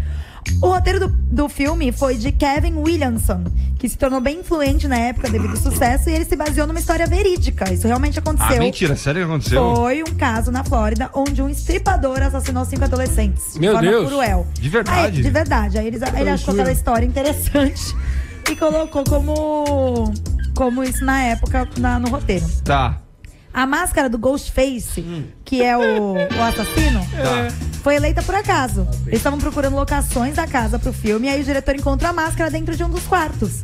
S5: O roteiro do, do filme foi de Kevin Williamson, que se tornou bem influente na época devido ao sucesso e ele se baseou numa história verídica. Isso realmente
S2: Ah,
S5: aconteceu.
S2: mentira, sério que aconteceu?
S5: Foi um caso na Flórida onde um estripador assassinou cinco adolescentes.
S2: Meu
S5: de forma
S2: Deus.
S5: cruel.
S2: De verdade?
S5: Aí, de verdade. Aí eles- ele achou
S2: loucura.
S5: aquela história interessante e colocou como, como isso na época na- no roteiro.
S2: Tá.
S5: A máscara do Ghostface, que é o, o assassino, foi eleita por acaso. Eles estavam procurando locações da casa pro filme, e aí o diretor encontra a máscara dentro de um dos quartos.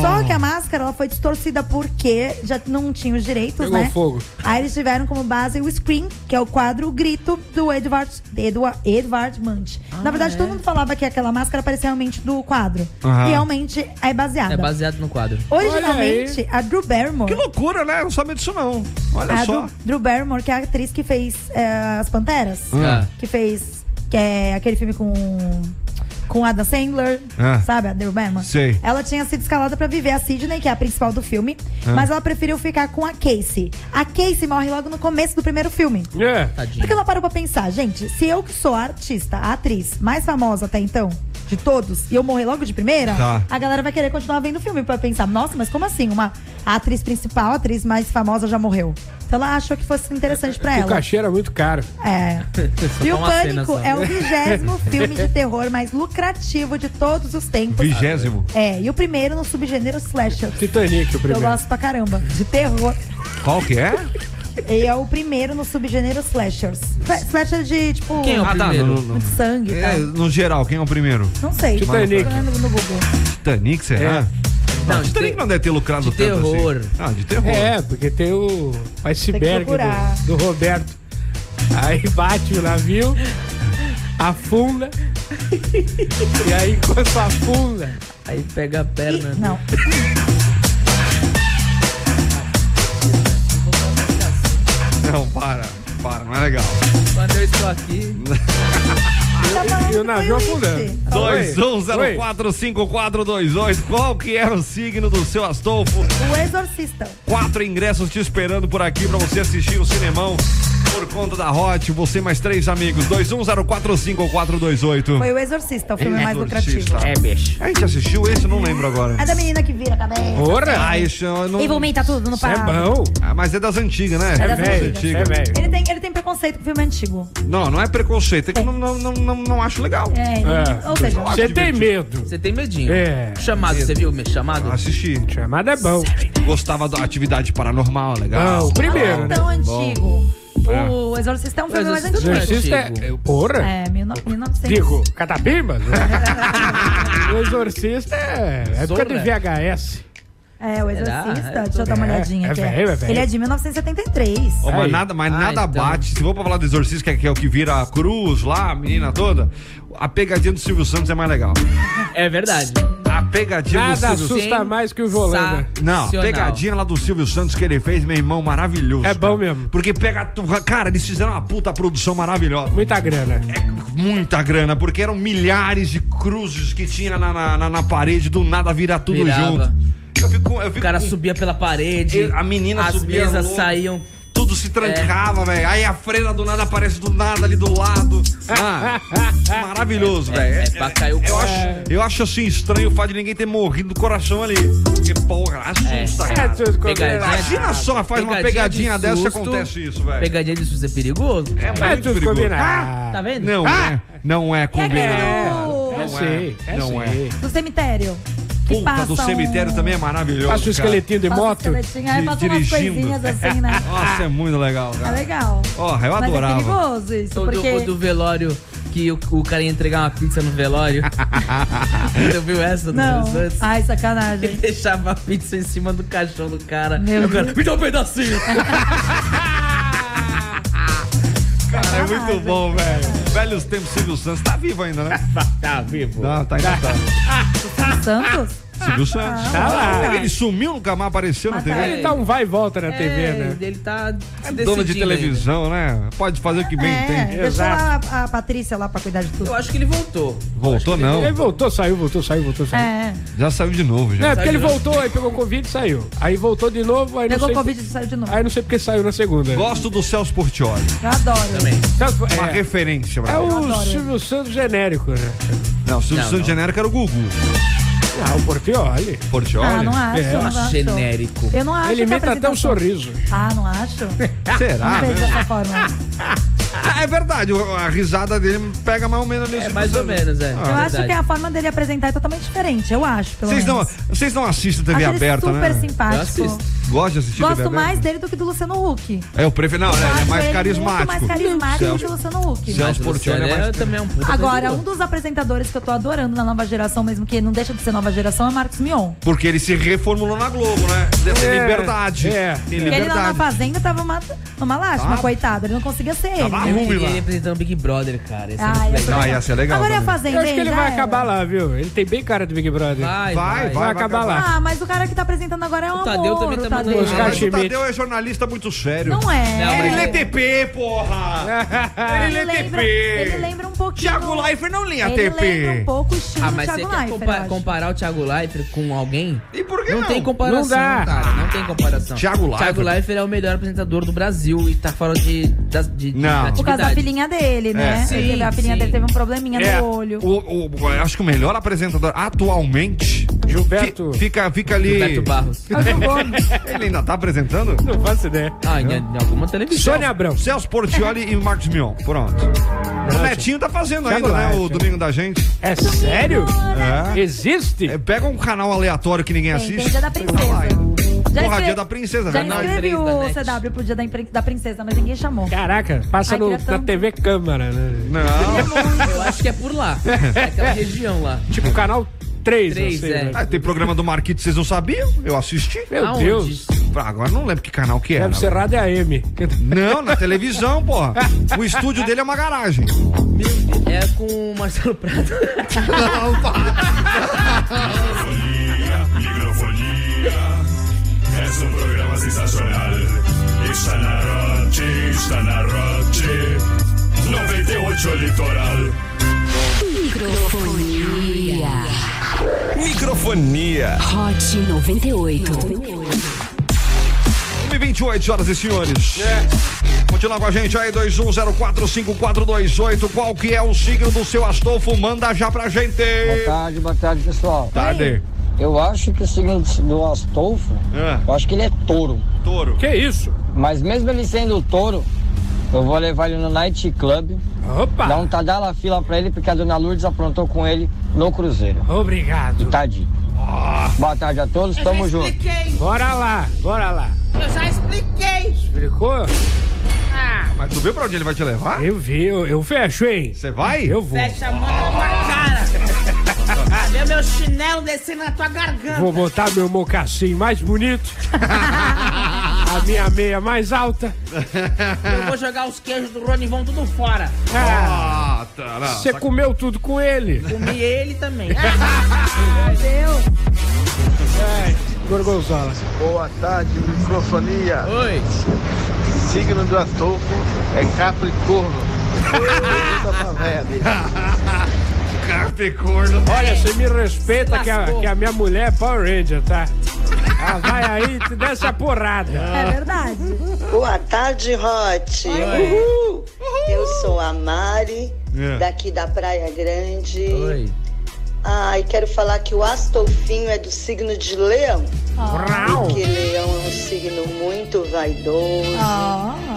S5: Só que a máscara ela foi distorcida porque já não tinha os direitos,
S3: Pegou
S5: né?
S3: fogo.
S5: Aí eles tiveram como base o Scream, que é o quadro o Grito do Edward, Edward, Edward Munch. Na verdade, todo mundo falava que aquela máscara parecia realmente do quadro.
S4: Aham.
S5: E realmente é baseada.
S4: É baseado no quadro.
S5: Originalmente, a Drew Barrymore. Que
S2: loucura, né? Eu não sabia disso, não. Olha
S5: a
S2: só.
S5: Drew, Drew Barrymore, que é a atriz que fez eh, As Panteras.
S2: Ah.
S5: Que fez que é aquele filme com. Com Adam Sandler,
S2: Ah.
S5: sabe? A Drew Barrymore.
S2: Sei.
S5: Ela tinha sido escalada pra viver a Sidney, que é a principal do filme,
S2: Ah.
S5: mas ela preferiu ficar com a Casey. A Casey morre logo no começo do primeiro filme.
S3: É.
S5: Porque ela parou pra pensar, gente, se eu que sou a artista, a atriz mais famosa até então, de todos, e eu morrer logo de primeira,
S15: Tá.
S5: a galera vai querer continuar vendo o filme pra pensar, nossa, mas como assim? Uma a atriz principal, a atriz mais famosa já morreu. Então ela achou que fosse interessante pra
S3: É, O
S5: ela.
S3: cachê era muito caro.
S5: É. E o Pânico é o vigésimo filme de terror mais lucrativo de todos os tempos.
S2: Vigésimo?
S5: É, e o primeiro no subgênero slasher.
S3: Titanic, o
S5: Eu
S3: primeiro.
S5: gosto pra caramba. De terror.
S2: Qual que é?
S5: E é o primeiro no subgênero slashers. Sla- Slasher de, tipo...
S2: Quem é o Ah, tá, primeiro? no- no-
S5: Muito sangue e
S2: É,
S5: tal.
S2: no geral, quem é o primeiro?
S5: Não sei.
S2: Titanic.
S5: Tô procurando no Google.
S2: Titanic,
S3: É.
S2: será? Não, tá Titanic não deve ter lucrado tanto
S3: terror.
S2: assim. Ah, de terror.
S3: É, porque tem o iceberg
S5: procurar.
S3: do, do Roberto. Aí bate o navio, afunda. e aí, quando afunda.
S4: Aí pega a perna.
S5: Não.
S2: Não, para. Para, não é legal.
S4: Quando eu estou aqui.
S3: E o navio
S5: um
S3: afundando. Tá
S2: 21045428. Qual que é o signo do seu Astolfo?
S5: O Exorcista.
S2: Quatro ingressos te esperando por aqui pra você assistir o cinemão. Por conta da Hot, você mais três amigos. 21045428.
S5: Foi o Exorcista, o filme mais lucrativo.
S2: É, bicho. A gente assistiu esse, eu não lembro agora.
S5: É da menina que vira a cabeça.
S2: Ah, isso eu não...
S5: E vomita tudo
S3: É
S5: no parado.
S2: Ah, mas é das antigas, né?
S5: É das
S2: das
S5: antigas.
S2: antigas.
S5: Ele tem, ele tem preconceito com filme antigo.
S2: Não, não é preconceito, é que eu não, não, não, não, não acho legal.
S5: É,
S3: É.
S5: ou seja,
S3: Você tem medo.
S4: Você tem medinho.
S3: É.
S4: Chamado, você viu? o Chamado?
S2: Assisti.
S3: Chamado é bom.
S2: Gostava da atividade paranormal, legal.
S3: Bom, primeiro,
S5: não é
S3: né?
S5: tão antigo.
S2: É.
S5: O Exorcista é um filme mais antigo.
S3: Exorcista é. é- Porra!
S5: É, 19- 1900.
S3: Digo, catapimas? o Exorcista é época de
S5: Zorra.
S3: VHS.
S5: É, o Exorcista. Deixa eu dar uma
S3: É,
S5: olhadinha
S3: é
S5: aqui.
S3: velho, é velho.
S5: Ele é de 1973.
S2: Ó, mas nada, mas nada bate. Se for pra falar do exorcista, que é, que é o que vira a cruz lá, a menina toda, a pegadinha do Silvio Santos é mais legal.
S4: É verdade.
S2: A pegadinha do
S3: Nada
S2: Silvio
S3: assusta mais que o Jolanda.
S2: Não, pegadinha lá do Silvio Santos que ele fez, meu irmão, maravilhoso. É bom mesmo. Porque pega. tu- Cara, eles fizeram uma puta produção maravilhosa.
S3: Muita grana.
S2: É, muita grana, porque eram milhares de cruzes que tinha na, na, na- na parede, do nada vira tudo
S4: Virava.
S2: junto. Eu fico, eu fico
S4: O cara subia pela parede.
S2: A menina
S4: As
S2: subia
S4: mesas
S2: louca.
S4: saíam.
S2: Tudo se trancava,
S4: É.
S2: velho. Aí a freira do nada aparece do nada ali do lado. Ah, maravilhoso,
S4: É,
S2: velho.
S4: é, pra cair o
S2: Ah, eu
S4: corpo.
S2: acho, eu acho assim estranho o fato de ninguém ter morrido do coração ali. Porque, porra, assusta,
S4: É.
S2: cara.
S4: Pegadinha-
S2: Imagina só, faz uma pegadinha
S4: de
S2: dessa e
S4: susto.
S2: acontece isso, velho.
S4: Pegadinha de susto é Ah, perigoso?
S2: É muito perigoso. Ah,
S4: Tá vendo?
S2: Não é, não é combinado.
S5: É,
S2: Não
S3: sim, é
S2: não é.
S3: sim.
S5: Do cemitério. Que
S2: Puta, do
S5: passa um-
S2: cemitério também é maravilhoso.
S3: Passa o
S2: cara.
S3: esqueletinho de
S5: Passa o
S3: moto.
S5: esqueletinho, aí
S2: Di-
S5: passa umas coisinhas assim, né?
S2: Nossa, é muito legal,
S5: É
S2: cara.
S5: legal.
S2: Ó, eu
S5: Mas é
S2: adorava.
S5: perigoso isso,
S4: Ou Então, do,
S5: porque...
S4: ou do velório que o, o cara ia entregar uma pizza no velório. Você viu essa do
S5: Não.
S4: Silvio Santos?
S5: Ai, sacanagem.
S4: Ele deixava a pizza em cima do caixão do cara.
S5: Meu
S4: E o cara,
S5: Deus.
S4: me dá um pedacinho.
S2: Cara, é muito bom, velho. Velhos tempos, Silvio Santos. Tá vivo ainda, né?
S3: tá vivo.
S2: Tá, tá ainda tá.
S5: Santos?
S2: Silvio Santos. É
S3: Tá lá.
S2: Ele sumiu, nunca mais apareceu na TV.
S5: É.
S3: Ele dá um vai e volta
S2: É,
S3: na TV, né?
S4: Ele tá
S2: Dono de
S4: decidindo
S2: televisão, né? Pode fazer o que bem
S5: É,
S2: entende.
S5: deixou lá a, a Patrícia lá pra cuidar de tudo. Eu
S4: acho que ele voltou.
S2: Voltou não.
S3: Ele voltou, saiu, voltou, saiu, voltou, saiu.
S5: É.
S2: Já saiu de novo,
S3: Não,
S2: já.
S3: é porque ele voltou, aí pegou Covid e saiu. Aí voltou de novo, aí
S5: Pegou
S3: não sei.
S5: Covid e saiu de novo.
S3: Aí não sei porque saiu na segunda.
S2: Gosto do Celso Portioli.
S5: Eu adoro.
S2: Uma
S3: É,
S2: referência,
S3: é
S2: pra mim.
S3: o Silvio Santos genérico, né?
S2: Não, o Silvio
S3: Não,
S2: Santos
S3: não.
S2: genérico era o Gugu.
S3: Ah, o Portioli.
S2: Portioli?
S5: Ah, não acho,
S3: É.
S5: não acho.
S4: Genérico.
S5: Eu não acho
S3: Ele
S5: que tá a
S3: imita até um
S5: apresentação-
S3: sorriso.
S5: Ah, não acho?
S2: Será,
S5: Não vejo
S2: né?
S5: dessa forma.
S2: Ah, é verdade, o- a risada dele pega mais ou menos nisso.
S4: É, mais ou menos, é.
S5: eu acho que a forma dele apresentar é totalmente diferente, eu acho, pelo
S2: Vocês não,
S5: menos.
S2: vocês não assistem TV
S5: Acho ele
S2: aberta, né?
S5: super simpático. Eu assisto.
S2: Gosta de assistir TV
S5: Gosto
S2: aberta?
S5: mais dele do que do Luciano Huck.
S2: É, o prefeito. Não, ele é
S5: Acho
S2: mais
S5: ele
S2: carismático.
S5: Muito mais carismático do que o
S2: Celso-
S5: Luciano Huck.
S2: Celso Portioli é mais.
S4: também é um puta
S5: né? Agora,
S4: apresentador.
S5: um dos apresentadores que eu tô adorando na nova geração, mesmo que não deixa de ser nova geração, é Marcos Mion.
S2: Porque ele se reformulou na Globo, né? Tem
S3: É,
S2: liberdade.
S3: é.
S5: Porque
S2: Tem
S5: ele lá na
S2: liberdade.
S5: Fazenda tava uma, uma lástima,
S2: Tava.
S5: coitado. Ele não conseguia ser ele.
S2: Ah. Tava
S4: Eu
S2: ruim
S4: queria
S2: lá.
S4: ele apresentando Big Brother, cara. Ia ser
S5: Ah,
S4: muito
S5: ia
S4: legal.
S5: ser
S2: Não, ia ser legal.
S5: Agora ia
S2: também.
S5: fazer
S3: Eu acho que ele
S5: já
S3: vai
S5: era.
S3: acabar lá, viu? Ele tem bem cara do Big Brother.
S4: Vai, vai,
S3: vai acabar lá.
S5: Ah, mas o cara que tá apresentando agora é um
S4: Tadeu
S5: amor,
S4: também tá
S5: o Tadeu.
S4: mandando
S2: Ah, mas o
S3: Schmidt.
S2: Tadeu é jornalista muito sério.
S5: Não é.
S2: Ele
S5: Ele
S2: lê TP,
S3: É.
S2: porra! Ele lê
S5: lembra-
S2: TP!
S5: Ele lembra um pouquinho.
S2: Thiago Leifert é não lia
S5: Ele
S2: TP.
S5: lembra um pouco o estilo
S4: Ah,
S5: do
S4: mas você
S5: Thiago
S4: quer
S5: Leifert.
S4: compa- é
S5: eu acho.
S4: comparar o Thiago Leifert com alguém?
S2: E por que não?
S4: Não tem comparação,
S3: Não dá.
S4: cara. Não tem comparação.
S2: Thiago Leifert.
S4: Thiago Leifert é o melhor apresentador do Brasil e tá fora de, das- de, de
S2: Não.
S5: Por causa da
S4: atividade.
S5: filhinha dele, né?
S4: É. Sim,
S5: Ele teve- a filhinha
S4: sim.
S5: dele teve um probleminha
S2: É,
S5: no olho.
S2: O, o- eu acho que o melhor apresentador atualmente.
S3: Gilberto.
S2: fi- Fica, fica ali.
S4: Gilberto Barros.
S5: Mas eu gosto.
S2: Ele ainda tá apresentando?
S3: Não faço ideia.
S4: Ah, em, em alguma televisão.
S3: Sônia Abrão.
S2: Celso Portioli e Marcos Mion. Pronto. O Netinho tá fazendo
S3: Thiago
S2: ainda, né? O
S3: Leifert.
S2: Domingo da Gente.
S3: É sério?
S2: É.
S3: Existe?
S2: É, Pega um canal aleatório que ninguém
S5: Tem,
S2: assiste.
S5: tem Dia da Princesa. Já
S2: Porra,
S5: escre-
S2: Dia da Princesa,
S5: Já
S2: né? Não,
S5: escrevi
S4: três da
S5: o
S4: net.
S5: CW pro Dia da, Impre- da Princesa, mas ninguém chamou.
S3: Caraca, passa
S5: Ai,
S3: no-
S5: queria
S3: na
S5: tanto.
S3: TV Câmara, né?
S2: Não.
S4: Eu acho que é por lá. É aquela região lá.
S3: Tipo canal 3,
S4: Três,
S3: assim,
S4: é.
S3: né?
S2: Ah, tem programa do Marquito, vocês não sabiam? Eu assisti.
S3: Meu
S4: Aonde?
S3: Deus.
S2: Ah, Agora não lembro que canal que era.
S3: Deve ser Rádio AM.
S2: Não, na televisão, porra. O estúdio dele é uma garagem.
S4: É com o Marcelo Prado.
S2: Não, tá pá.
S9: Microfonia, microfonía. Es un é um programa sensacional. Está na Roche, está na Roche. 98 Litoral.
S15: Microfonia.
S9: Microfonia.
S15: Hot 98.
S2: 1 h 28 horas e senhores. Continua com a gente aí, 21045428. Qual que é o signo do seu Astolfo? Manda já pra gente.
S15: Boa tarde, boa tarde, pessoal.
S2: Tarde.
S15: Tá, Eu acho que o signo do Astolfo, eu acho que ele é touro.
S2: Touro.
S15: Que isso? Mas mesmo ele sendo touro, eu vou levar ele no night club. Opa! Dar um tadala fila pra ele, porque a dona Lourdes aprontou com ele no cruzeiro.
S3: Obrigado.
S15: E tadinho. Boa tarde a todos,
S10: Eu
S15: tamo
S10: já
S15: junto.
S10: expliquei.
S3: Bora lá, bora lá.
S10: Eu já expliquei.
S3: Explicou?
S10: Ah,
S2: Mas tu viu pra onde ele vai te levar?
S3: Eu vi, eu, eu fecho, hein?
S2: Você vai?
S3: Eu vou.
S10: fecha a mão na tua cara. Vê meu chinelo descendo na tua garganta.
S3: Vou botar meu mocassim mais bonito. a minha meia mais alta.
S10: Eu vou jogar os queijos do Ronivon tudo fora.
S2: Ah, tá, não,
S3: Você
S2: saca-
S3: comeu tudo com ele.
S10: Comi ele também.
S3: Meu Deus. Gorgonzola.
S16: Boa tarde, microfonia. Oi. Signo do Astolfo é Capricorno.
S2: Capricorno.
S3: Olha, você me respeita que a,
S2: Lascou.
S3: que a minha mulher é Power Ranger, tá? Ela vai aí e te desce a porrada.
S17: verdade. Boa tarde, Hot. Uhul. Eu sou a Mari,
S3: É.
S17: daqui da Praia Grande.
S3: Oi.
S17: Ai, quero falar que o Astolfinho é do signo de Leão.
S3: Oh.
S17: Porque Leão é um signo muito vaidoso.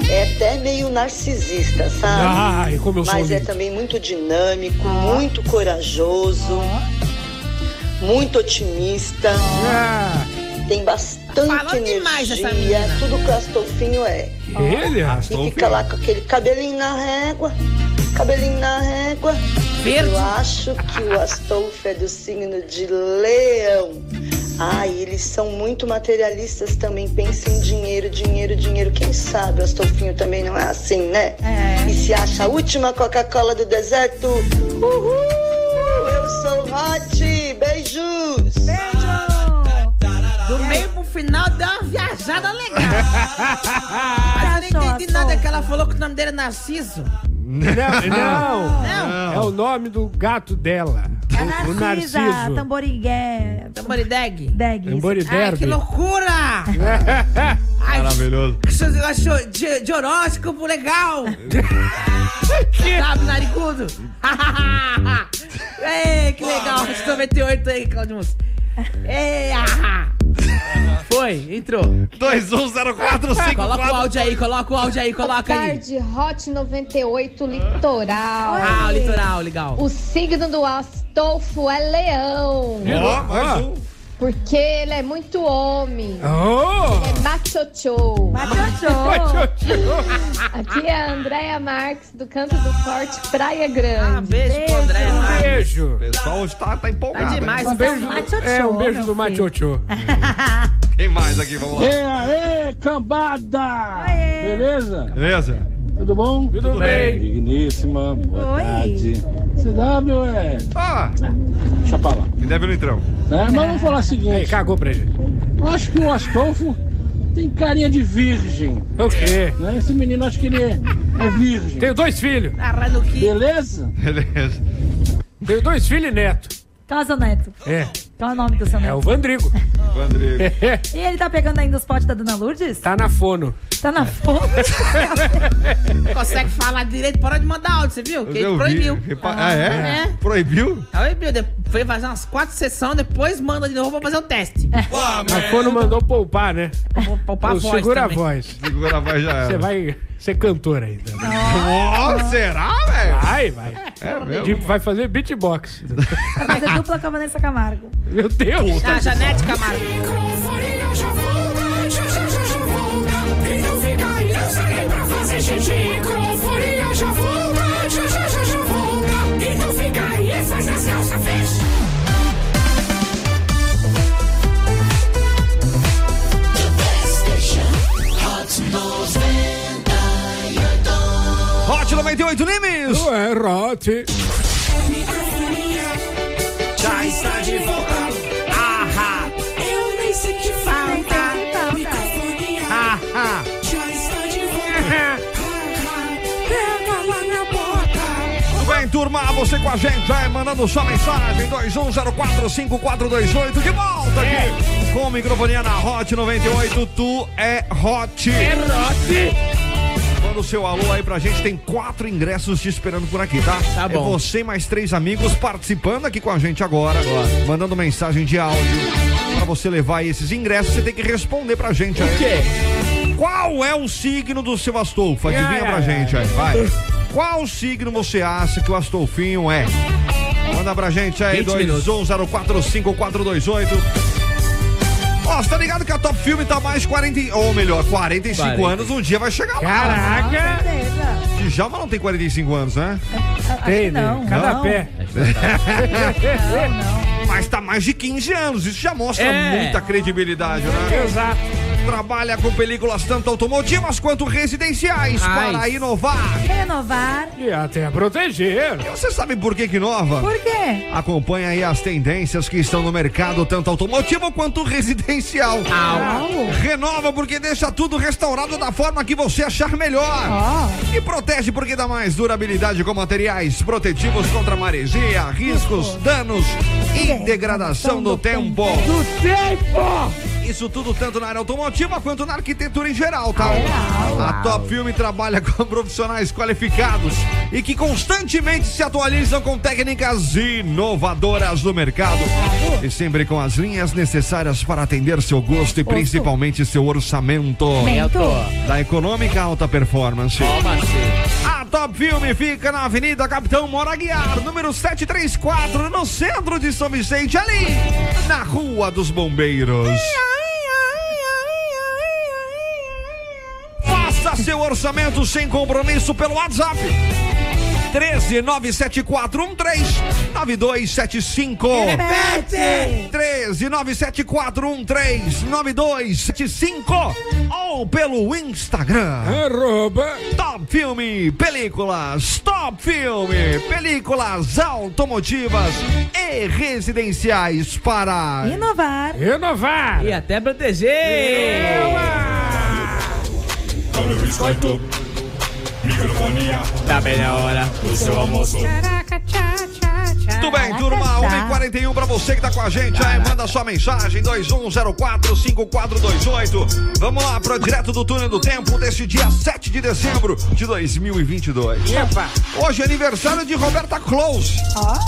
S17: É até meio narcisista, sabe?
S3: Ah. Ai, como eu sou
S17: Mas é
S3: lindo. Ah.
S17: também muito dinâmico, muito corajoso, muito otimista.
S3: Ah,
S17: Tem bastante energia. tudo que o Astolfinho é.
S3: Ele,
S17: E
S3: Astolfinho?
S17: fica lá com aquele cabelinho na régua. Cabelinho na régua.
S3: Verde.
S17: Eu acho que o Astolfo é do signo de leão. Ai, eles são muito materialistas também. Pensam em dinheiro, dinheiro, dinheiro. Quem sabe o Astolfinho também não é assim, né? É. E se acha a última Coca-Cola do deserto. Uhul! Eu sou Hot! Beijos! Beijos!
S10: Do meio pro final deu uma viajada legal. Mas eu não entendi nada que ela falou que o nome dele é Narciso.
S3: Não, não.
S10: Não.
S3: É o nome do gato dela. O, o
S5: Narcisa,
S3: Narciso. Um
S5: tamborigué.
S10: Tamborideg?
S5: Deg.
S10: Ai,
S3: Tamborideg.
S10: que loucura! Ai,
S2: Maravilhoso.
S10: que isso eu acho de, de horóscopo legal! Sabe, narigudo? Ei, que legal! 98 aí, Claudio Moço. Ei, ah. Foi, entrou.
S2: 210454.
S10: Coloca o áudio aí, coloca o áudio aí, coloca
S18: Boa
S10: aí.
S18: tarde, Hot 98 Litoral.
S10: Ah, o litoral, legal.
S18: O signo do Astolfo é leão.
S10: Ó, mais um.
S18: Porque ele é muito homem.
S10: Oh.
S18: Ele é machocho.
S10: Machocho.
S18: Aqui é a Andréia Marques, do Canto do Forte, Praia Grande.
S10: beijo, pro Andréia
S3: Um beijo.
S2: pessoal está tá empolgado.
S18: Tá demais,
S2: hein?
S3: Um beijo, é, um beijo do Machocho.
S2: Quem mais aqui? Vamos lá.
S19: E aí, É, cambada! Beleza?
S2: Beleza?
S19: Tudo bom? Tudo,
S2: bem.
S19: Digníssima, boa
S2: Oi.
S19: tarde. CW é.
S2: Ah!
S19: Deixa pra lá.
S2: Me deve no entrão.
S19: Né? Mas vamos falar o seguinte.
S3: cagou pra ele.
S19: Eu acho que o Astolfo tem carinha de virgem.
S3: O quê?
S19: Né? Esse menino, acho que ele é, é virgem.
S3: Tenho dois filhos.
S19: Beleza?
S2: Beleza.
S3: Tenho dois filhos e neto.
S5: Qual é o seu neto?
S3: É.
S5: Qual é o nome do seu neto?
S3: É o Vandrigo.
S2: Vandrigo.
S5: E ele tá pegando ainda os potes da Dona Lourdes?
S3: Tá na fono.
S5: Tá na foto?
S10: Não consegue falar direito, parou de mandar áudio, você viu? Que ele
S2: Eu vi,
S10: proibiu.
S2: repa- Ah, é? Proibiu?
S10: Proibiu, de- foi fazer umas quatro sessões, depois manda de novo pra fazer o teste.
S3: A fono mandou poupar, né?
S10: poupar a
S3: Pô,
S10: voz
S3: Segura
S10: também.
S3: a voz.
S2: Segura a voz já era.
S3: Você vai ser cantor ainda.
S2: Ó, será, velho?
S19: Ah,
S3: Vai, vai.
S2: É mesmo?
S3: Tipo, Vai fazer beatbox.
S5: Vai fazer dupla com a Vanessa Camargo.
S3: Meu Deus.
S10: Tá,
S5: Ah, Janete Camargo.
S7: Microfonia já volta, já já já já volta. E não fica aí, eu serei pra fazer xixi. Microfonia já volta, já já já já volta. E não fica aí, faz a salsa, fez. Hot 98.
S2: Hot 98 Limes!
S3: Ué, Hot.
S7: Já está de volta. Ahá. Eu nem senti falta. Ah. Microfonia.
S2: Ah,
S7: Ahá. Já está de volta. Ahá. Pega lá na bota.
S2: Tudo bem, turma? Você é um com a gente, vai mandando sua mensagem 21045428 de volta aqui. com microfonia na Hot 98. Tu é Hot. É Hot. Manda o seu alô aí pra gente. Tem quatro ingressos te esperando por aqui, tá? Tá
S4: bom.
S2: É você e mais três amigos participando aqui com a gente agora. Mandando mensagem de áudio. Pra você levar esses ingressos, você tem que responder pra gente aí. O quê? Qual é o signo do seu Astolfo? Adivinha
S3: Ai,
S2: pra
S3: ai,
S2: gente aí, vai. Qual signo você acha que o Astolfinho é? Manda pra gente aí,
S3: 20 minutos.
S2: 21045428. Ó, você tá ligado que a Top Filme tá mais 40, ou melhor, 45
S3: Quarenta.
S2: anos, um dia vai chegar lá.
S3: Caraca!
S2: Djalma não tem 45 anos, né?
S3: Tem, né? não, Cada não. pé.
S2: Mas tá mais de 15 anos, isso já mostra
S3: É.
S2: muita credibilidade, né?
S3: Exato.
S2: Trabalha com películas tanto automotivas quanto residenciais
S3: Ai.
S2: para inovar.
S5: Renovar.
S3: E até proteger.
S2: E você sabe por que que inova?
S5: Por quê?
S2: Acompanha aí as tendências que estão no mercado, tanto automotivo quanto residencial. Renova porque deixa tudo restaurado da forma que você achar melhor. E protege porque dá mais durabilidade com materiais protetivos contra maresia, riscos, danos e degradação do tempo. Do tempo! Isso tudo tanto na área automotiva quanto na arquitetura em geral, tá? A Top Filme trabalha com profissionais qualificados e que constantemente se atualizam com técnicas inovadoras do mercado e sempre com as linhas necessárias para atender seu gosto e principalmente seu orçamento.
S7: Mento.
S2: Da econômica alta performance. A Top Filme fica na Avenida Capitão Moraguiar, número 734, no centro de São Vicente, ali na Rua dos Bombeiros. Faça seu orçamento sem compromisso pelo WhatsApp. 13 9275
S5: É, né?
S7: Repete!
S2: 13 9275 Ou pelo Instagram Arroba Top Filme Películas Top Filme Películas automotivas e residenciais para
S5: Inovar.
S3: Renovar.
S4: E até proteger.
S9: Abre o biscoito, microfonia. Tá bem na hora do seu almoço.
S2: Muito bem, turma, 1h41 pra você que tá com a gente. Aí, manda sua mensagem, 21045428. Vamos lá pro direto do túnel do tempo deste dia 7 de dezembro de 2022.
S7: Epa.
S2: Hoje é aniversário de Roberta Close,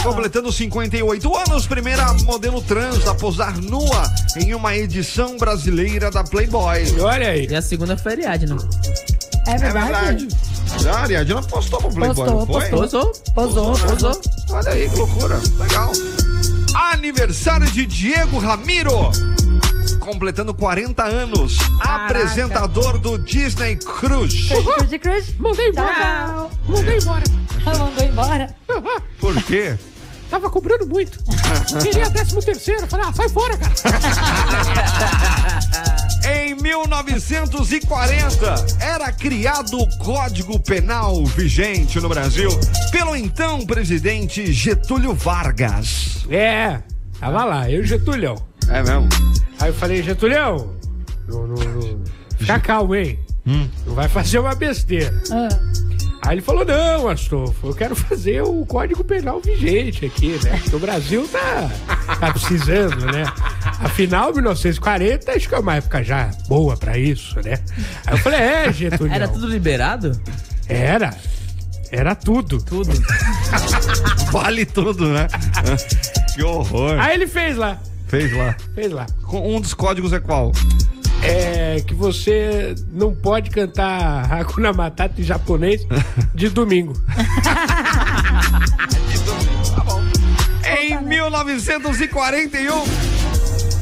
S2: completando 58 anos, primeira modelo trans a posar nua em uma edição brasileira da Playboy.
S3: Olha aí.
S4: E a segunda foi a Ariadne.
S5: É verdade?
S2: Já, Ah, a Ariadna postou pro Playboy,
S5: Postou,
S2: não foi?
S5: postou. Posou,
S2: né?
S5: posou.
S2: Olha aí, que loucura. Legal. Aniversário de Diego Ramiro. Completando 40 anos, apresentador do Disney Cruise.
S5: Cruz de Cruz.
S19: Mandei
S5: embora.
S19: Mandei embora.
S5: Mandou embora.
S2: Por quê?
S19: Tava cobrando muito. Queria décimo terceiro. Falei, ah, sai fora, cara.
S2: Em 1940, era criado o Código Penal vigente no Brasil pelo então presidente Getúlio Vargas.
S3: É, tava lá, eu e o Getulhão.
S2: É mesmo?
S3: Aí eu falei, Getulhão, não, não, não. fica calmo, hein?
S2: Hum.
S3: Não vai fazer uma besteira.
S4: Ah.
S3: Aí ele falou, não, Astolfo, eu quero fazer o Código Penal vigente aqui, né? Porque o Brasil tá, tá precisando, né? Afinal, 1940, acho que é uma época já boa pra isso, né? Aí eu falei, é, Getulhão.
S4: Era tudo liberado?
S3: Era. Era tudo.
S4: Tudo.
S2: Vale tudo, né? que horror.
S3: Aí ele fez lá,
S2: Fez lá.
S3: fez lá.
S2: Com- Um dos códigos é qual?
S3: é que você não pode cantar Hakuna Matata em japonês de domingo.
S2: Em 1941,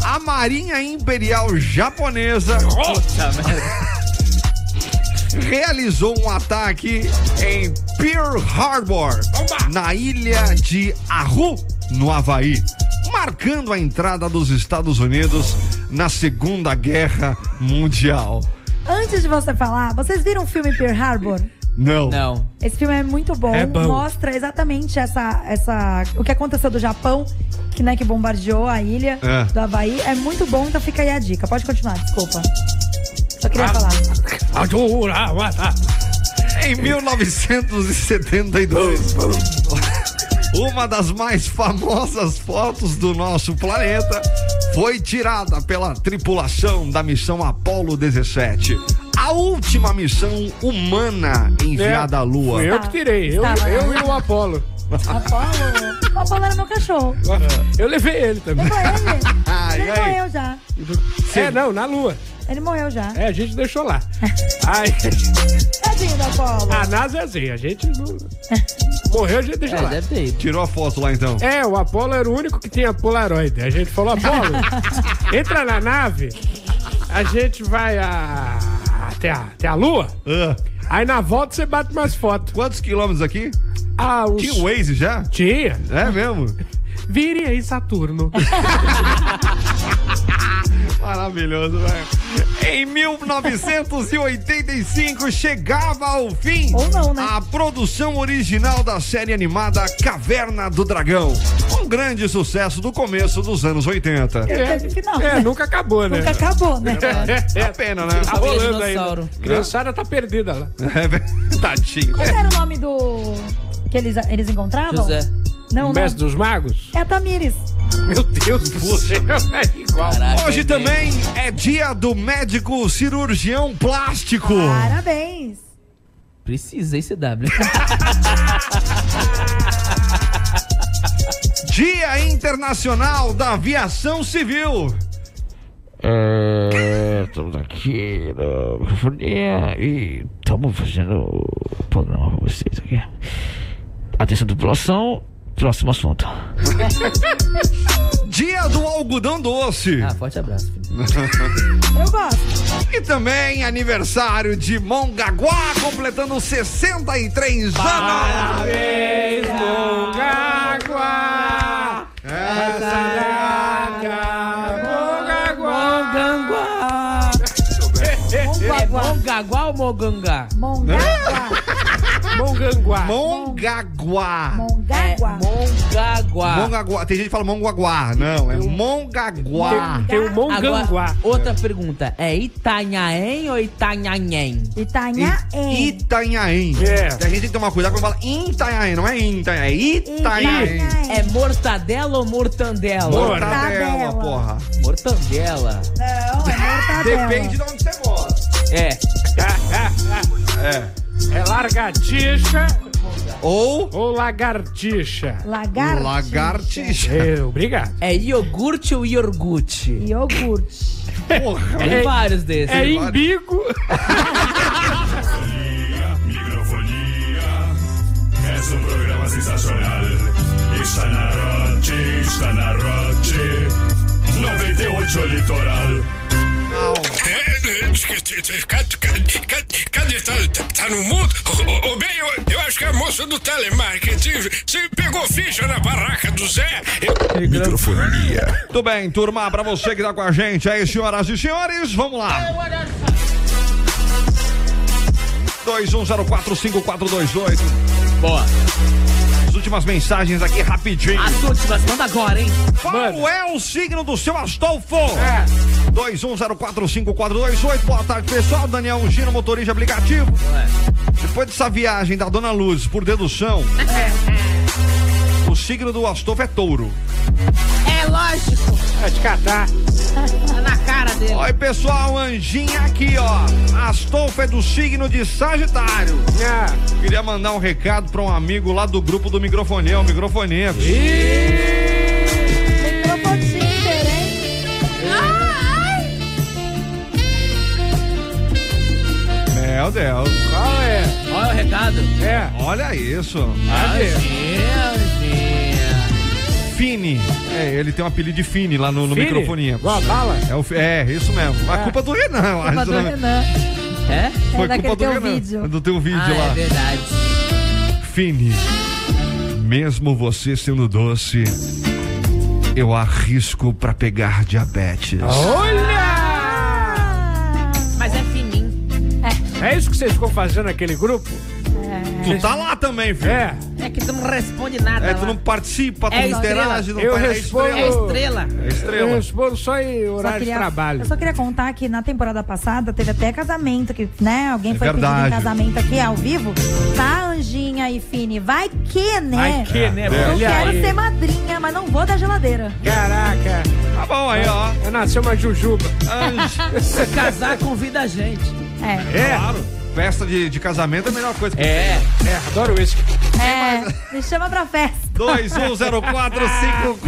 S2: a Marinha Imperial Japonesa realizou um ataque em Pearl Harbor, na ilha de Aru, no Havaí, marcando a entrada dos Estados Unidos na Segunda Guerra Mundial.
S5: Antes de você falar, vocês viram o filme Pearl Harbor?
S2: Não.
S4: Não.
S5: Esse filme é muito bom.
S2: É bom.
S5: Mostra exatamente essa, essa, o que aconteceu do Japão, que, né, que bombardeou a ilha
S7: É.
S5: do Havaí. É muito bom, então fica aí a dica. Pode continuar, desculpa. Só queria falar.
S2: Em 1972, uma das mais famosas fotos do nosso planeta foi tirada pela tripulação da missão Apollo 17. A última missão humana enviada à Lua.
S3: Fui É, eu que tirei, eu,
S5: Tá,
S3: eu e o Apolo.
S5: Apolo. O Apolo era meu cachorro.
S3: Eu levei ele também.
S5: Ele morreu já.
S3: É, não, na lua.
S5: Ele morreu já.
S3: É, a gente deixou lá. Aí,
S5: Tadinho do Apolo.
S3: a NASA é assim, a gente não... morreu, a gente
S4: É,
S3: deixou lá.
S2: Tirou a foto lá então.
S3: É, o Apolo era o único que tinha Polaroid. A gente falou, Apolo, entra na nave, a gente vai a- até, a, até a Lua. Aí na volta você bate umas fotos.
S2: Ah, Quantos quilômetros aqui?
S3: Ah, os...
S2: Tinha um Waze já?
S3: Tinha.
S2: É mesmo?
S3: Vire aí, Saturno.
S2: Maravilhoso, velho. Em 1985 chegava ao fim a produção original da série animada Caverna do Dragão. Um grande sucesso do começo dos anos 80.
S5: Teve final.
S3: É, nunca acabou, né?
S5: Nunca acabou, né?
S2: É, a pena, né?
S3: Tá rolando aí. Criançada tá perdida lá.
S2: É, velho. Tadinho.
S5: Qual era o nome do. que eles, eles encontravam? Não,
S3: Não,
S5: não. né?
S3: Mestre dos Magos?
S5: É a Tamires.
S3: Meu Deus do céu, é igual.
S2: Hoje também é dia do médico cirurgião plástico.
S5: Parabéns.
S4: Precisa, hein, CW?
S2: Dia Internacional da Aviação Civil.
S20: É, estamos aqui na microfonia e estamos fazendo o programa para vocês aqui. Atenção, tripulação. Próximo assunto.
S2: Dia do algodão doce. Ah,
S4: forte abraço.
S5: Eu gosto.
S2: E também aniversário de Mongaguá, completando 63
S3: Parabéns,
S2: anos.
S3: Mongaguá.
S4: Mongaguá. Mongaguá ou Mogangá?
S3: Né? Mongaguá.
S2: Mongaguá.
S3: É,
S5: Mongaguá.
S4: Mongaguá.
S2: Mongaguá. Tem gente que fala Mongaguá. Não, é Mongaguá.
S4: Agora, Outra pergunta. É Itanhaém ou Itanhanhém?
S5: Itanhaém.
S2: Itanhaém.
S4: É.
S2: A gente tem que tomar cuidado quando fala Itanhaém, não é Itanhaém, é Itanhaém.
S4: É mortadela ou mortandela?
S2: Mortadela, É porra.
S4: Mortandela.
S2: Depende de onde você mora.
S4: É.
S3: É largatixa
S2: ou
S3: ou lagartixa?
S5: Lagartixa.
S2: Lagartixa.
S3: É, obrigado.
S4: É iogurte ou iogurte?
S5: Iogurte.
S4: Porra, Tem vários desses.
S3: É imbigo.
S9: Microfonia es un programa sensacional. Está na Rote, está na Rote. 98 Litoral.
S14: É, diz que t- t- ca- ca- ca- Cadê? Tá, tá- tá no mundo? Ô, ô, ô, bem, eu, eu acho que é a moça do telemarketing se pegou ficha na barraca do Zé.
S2: Microfonia. Tudo bem, turma, pra você que tá com a gente aí, senhoras e senhores, vamos lá. 21045428.
S4: Boa. Ah,
S2: As últimas mensagens aqui rapidinho.
S4: As últimas, manda agora, hein?
S2: Qual é o signo do seu Astolfo? É. 21045428. Boa tarde, pessoal. Daniel Ungino, motorista de aplicativo. Depois dessa viagem da Dona Luz por dedução, o signo do Astolfo é touro.
S10: É lógico.
S3: É de catar.
S10: Tá na cara dele.
S2: Oi, pessoal, Anjinha aqui, ó. Astolfo é do signo de Sagitário.
S3: É,
S2: Queria mandar um recado pra um amigo lá do grupo do Microfonia, o Microfonia. Meu Deus.
S3: Qual é?
S4: Olha o recado.
S3: É.
S2: Olha isso.
S4: Ah,
S2: Fini. É, ele tem um apelido de Fini lá no, no
S3: Fini?
S2: Microfonia.
S3: Igual a bala?
S2: É, o, Fi- é, isso mesmo. A
S3: É.
S2: culpa do Renan. eu
S5: Ah. Culpa
S2: acho,
S5: do
S2: né?
S5: Renan. né,
S4: É?
S2: Foi
S5: daquele
S2: culpa do
S5: teu
S2: Renan.
S5: um vídeo.
S2: Do teu vídeo
S4: Ah,
S2: lá.
S4: é verdade.
S2: Fini, mesmo você sendo doce, eu arrisco pra pegar diabetes.
S3: Olha!
S4: Mas é fininho.
S3: É isso que vocês ficam fazendo naquele grupo?
S5: É.
S2: Tu tá lá também, filho.
S3: É.
S10: É que tu não responde nada.
S2: É, tu
S10: lá.
S2: não participa, tu
S10: É
S2: não
S10: estrela.
S2: interage, não
S10: Eu
S2: faz-
S10: respondo-
S2: É estrela. É
S3: Eu
S2: estrela.
S3: respondo só em horário
S5: Só queria-
S3: de trabalho.
S5: Eu só queria contar que na temporada passada teve até casamento, que, né? Alguém foi
S3: É verdade.
S5: pedido em casamento aqui ao vivo. Tá, Anjinha e Fini? Vai que, né?
S3: Vai
S10: É,
S3: que,
S2: É.
S3: né?
S5: Eu
S3: Olha
S5: quero
S3: aí.
S5: ser madrinha, mas não vou da geladeira.
S3: Caraca. Tá bom
S5: aí,
S3: ó. Nasceu uma jujuba.
S10: Se casar, convida a gente.
S5: É.
S2: É. Claro. Festa de, de casamento é a melhor coisa que
S10: É.
S2: tem. É, adoro isso.
S5: É, me chama pra festa.
S2: 21045428.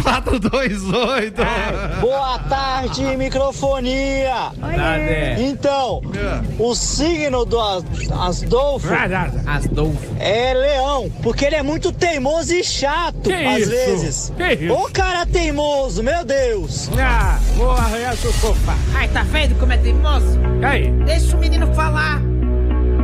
S21: Boa tarde, microfonia.
S2: Tarde.
S10: É.
S4: É.
S21: Então, o signo do As- Asdolfo
S4: Asdolfo.
S21: é leão, porque ele é muito teimoso e chato,
S3: Que
S21: às
S3: isso?
S21: vezes.
S3: Que isso?
S21: Ô cara teimoso, meu Deus.
S3: Ah, vou arranhar sua sopa.
S10: Ai, tá vendo como é teimoso?
S3: Aí.
S10: Deixa o menino falar.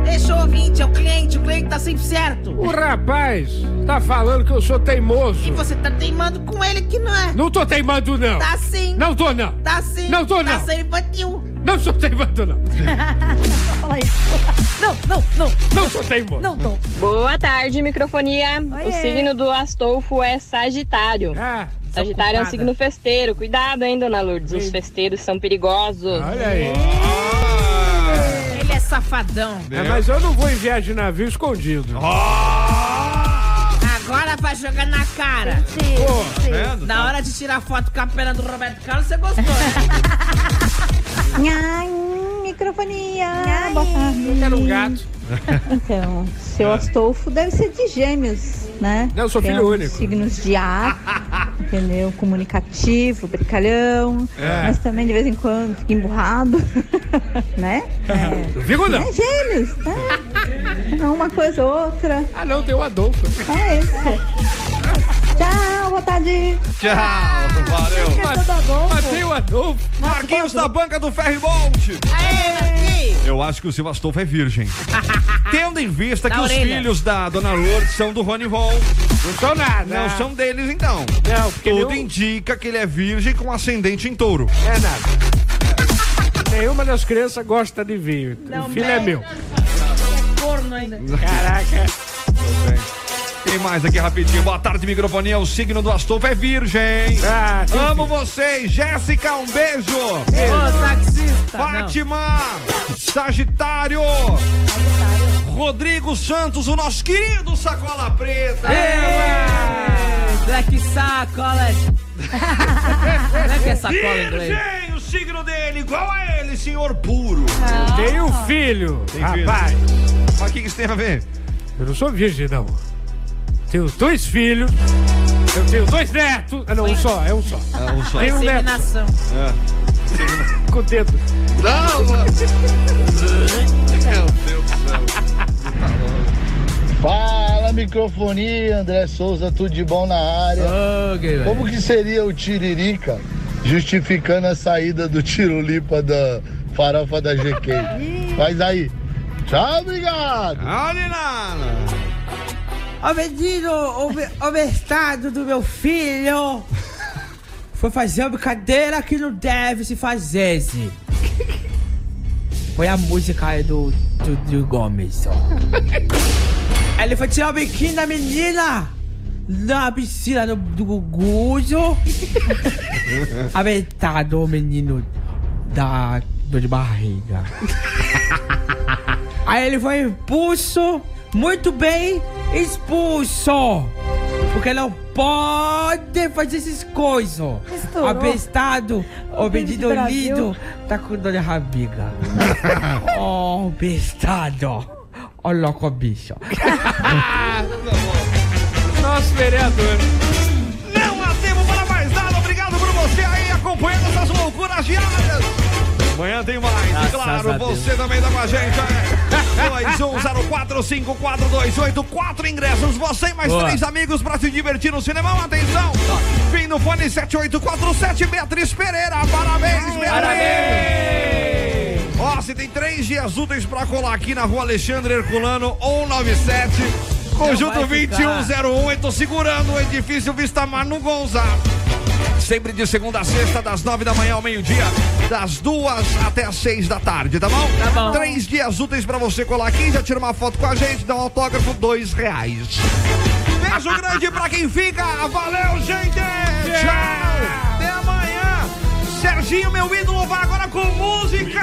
S10: Deixa o ouvinte, é o cliente, o cliente tá sempre certo.
S3: O rapaz tá falando que eu sou teimoso.
S10: E você tá teimando com ele que não é.
S3: Não tô teimando, não.
S10: Tá sim.
S3: Não tô, não.
S10: Tá sim.
S3: Não tô,
S10: Tá
S3: não.
S10: sendo infantil.
S3: Não sou teimoso, não.
S5: Fala isso. Não, não, não.
S3: Não sou teimoso.
S5: Não tô.
S22: Boa tarde, microfonia.
S5: Oiê.
S22: O signo do Astolfo é Sagitário.
S5: Tá.
S22: Sagitário é um
S23: culpada.
S22: signo festeiro. Cuidado, hein, dona Lourdes? Os festeiros são perigosos.
S3: Olha aí.
S10: Ele é um. safadão.
S3: É, mas eu não vou em viagem de navio escondido.
S2: Ah,
S10: Agora vai jogar na cara.
S3: Pô,
S2: Tá
S3: sim. vendo?
S10: Na hora de tirar foto com a perna do Roberto Carlos, você gostou, né?
S5: Ai, hum, microfonia. Boa tarde.
S3: Eu quero um gato.
S24: Então,
S3: É.
S24: seu Astolfo deve ser de gêmeos, né?
S3: Não, eu sou
S24: Tem
S3: filho
S24: uns
S3: único.
S24: Signos de ar, entendeu? Comunicativo, brincalhão,
S3: É.
S24: mas também de vez em quando fica emburrado, né?
S3: Vigo não.
S24: É gêmeos, né? É Uma coisa ou outra.
S3: Ah, não, tem o Adolfo.
S24: É isso. Tchau, boa tarde.
S2: Tchau, valeu.
S3: Matei assim o Adolfo.
S2: Marquinhos da banca do Ferry Bolt.
S10: Aê,
S2: Eu acho que o Silvastolfo é virgem. Tendo em vista
S10: Na
S2: que os
S10: orelha. Ah.
S2: filhos da Dona Lourdes são do Rony Von. Não
S3: são nada.
S2: Não são deles, então.
S3: Não, porque
S10: um?
S2: Tudo
S3: nenhum-
S2: indica que ele é virgem com ascendente em touro.
S3: É nada. Nenhuma das crianças gosta de vinho. o filho é meu.
S10: É corno ainda.
S3: Caraca.
S2: Tem mais aqui rapidinho. Boa tarde, microfonia. O signo do Astolfo é virgem.
S10: Ah,
S3: Ah,
S2: Amo vocês. Jéssica, um beijo.
S10: Ô, taxista.
S2: Fátima, Sagitário. Rodrigo Santos, o nosso querido Sacola Preta.
S10: Ei, Black Sacola. Como é que é sacola em inglês?
S2: Virgem, o signo dele, igual a ele, senhor puro.
S3: Tem um filho.
S2: Tem
S3: rapaz.
S2: Mas o que que isso tem a ver?
S3: Eu não sou virgem, não. Tenho dois filhos. Eu tenho dois netos. Ah, não, um só, é um só.
S2: É um só.
S3: Tem um neto.
S10: Inseminação.
S3: Com o dedo.
S2: Não, mano.
S25: Fala microfonia, André Souza, tudo de bom na área. Como que seria o Tiririca justificando a saída do Tirulipa da farofa da GK? Faz aí. Tchau, obrigado.
S10: Ó, menino, o, be- o bestado do meu filho foi fazer uma brincadeira que não deve se fazer. -se. Foi a música aí do, do, do Gomes, ó. Aí Ele foi tirar o biquíni da menina na piscina do, do Guguzo. Aventado o menino da dor de barriga. Aí ele foi expulso, muito bem expulso. Porque não pode fazer essas coisas.
S7: Estourou.
S10: Abestado, obedido,
S7: Brasil.
S10: lido, tá com dor de rabiga. oh, bestado. Ó, louco bicho.
S3: Nosso vereador.
S2: Não há tempo para mais nada. Obrigado por você aí acompanhando essas loucuras diárias. Amanhã tem mais.
S7: Graças a
S2: claro,
S7: Deus.
S2: você também tá com a gente. um Olha. 21045428. ingressos. Você e mais
S7: Boa.
S2: três amigos para se divertir no cinemão. Atenção. Fim do fone 7847. Beatriz Pereira. Parabéns, Beatriz. Ó, se tem três dias úteis para colar aqui na rua Alexandre Herculano 197. Conjunto
S7: Não vai ficar.
S2: 2101, eu tô segurando o edifício Vista Mar no Gonzaga. sempre de segunda a sexta, das nove da manhã ao meio-dia, das duas até as seis da tarde, tá bom? Tá bom. Três dias úteis pra você colar aqui, já tira uma foto com a gente, dá um autógrafo, dois reais. Beijo grande pra quem fica. Valeu, gente! Tchau! Até amanhã! Serginho, meu ídolo, vai agora com música!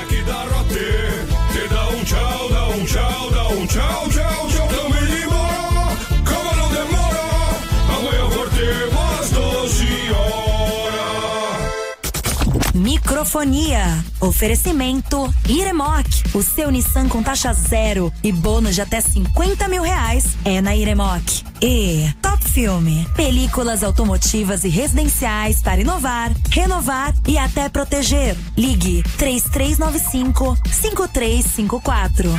S9: Aqui da Rote, te dá um tchau, dá um tchau, dá um tchau, tchau, tchau. Não me demora, calma, não demora. Amanhã eu voltei às 12 horas.
S1: Microfonia. Oferecimento Iremoc. O seu Nissan com taxa zero e bônus de até 50 mil reais é na Iremoc. E Top Filme. Películas automotivas e residenciais para inovar, renovar e até proteger. Ligue 3395 5354.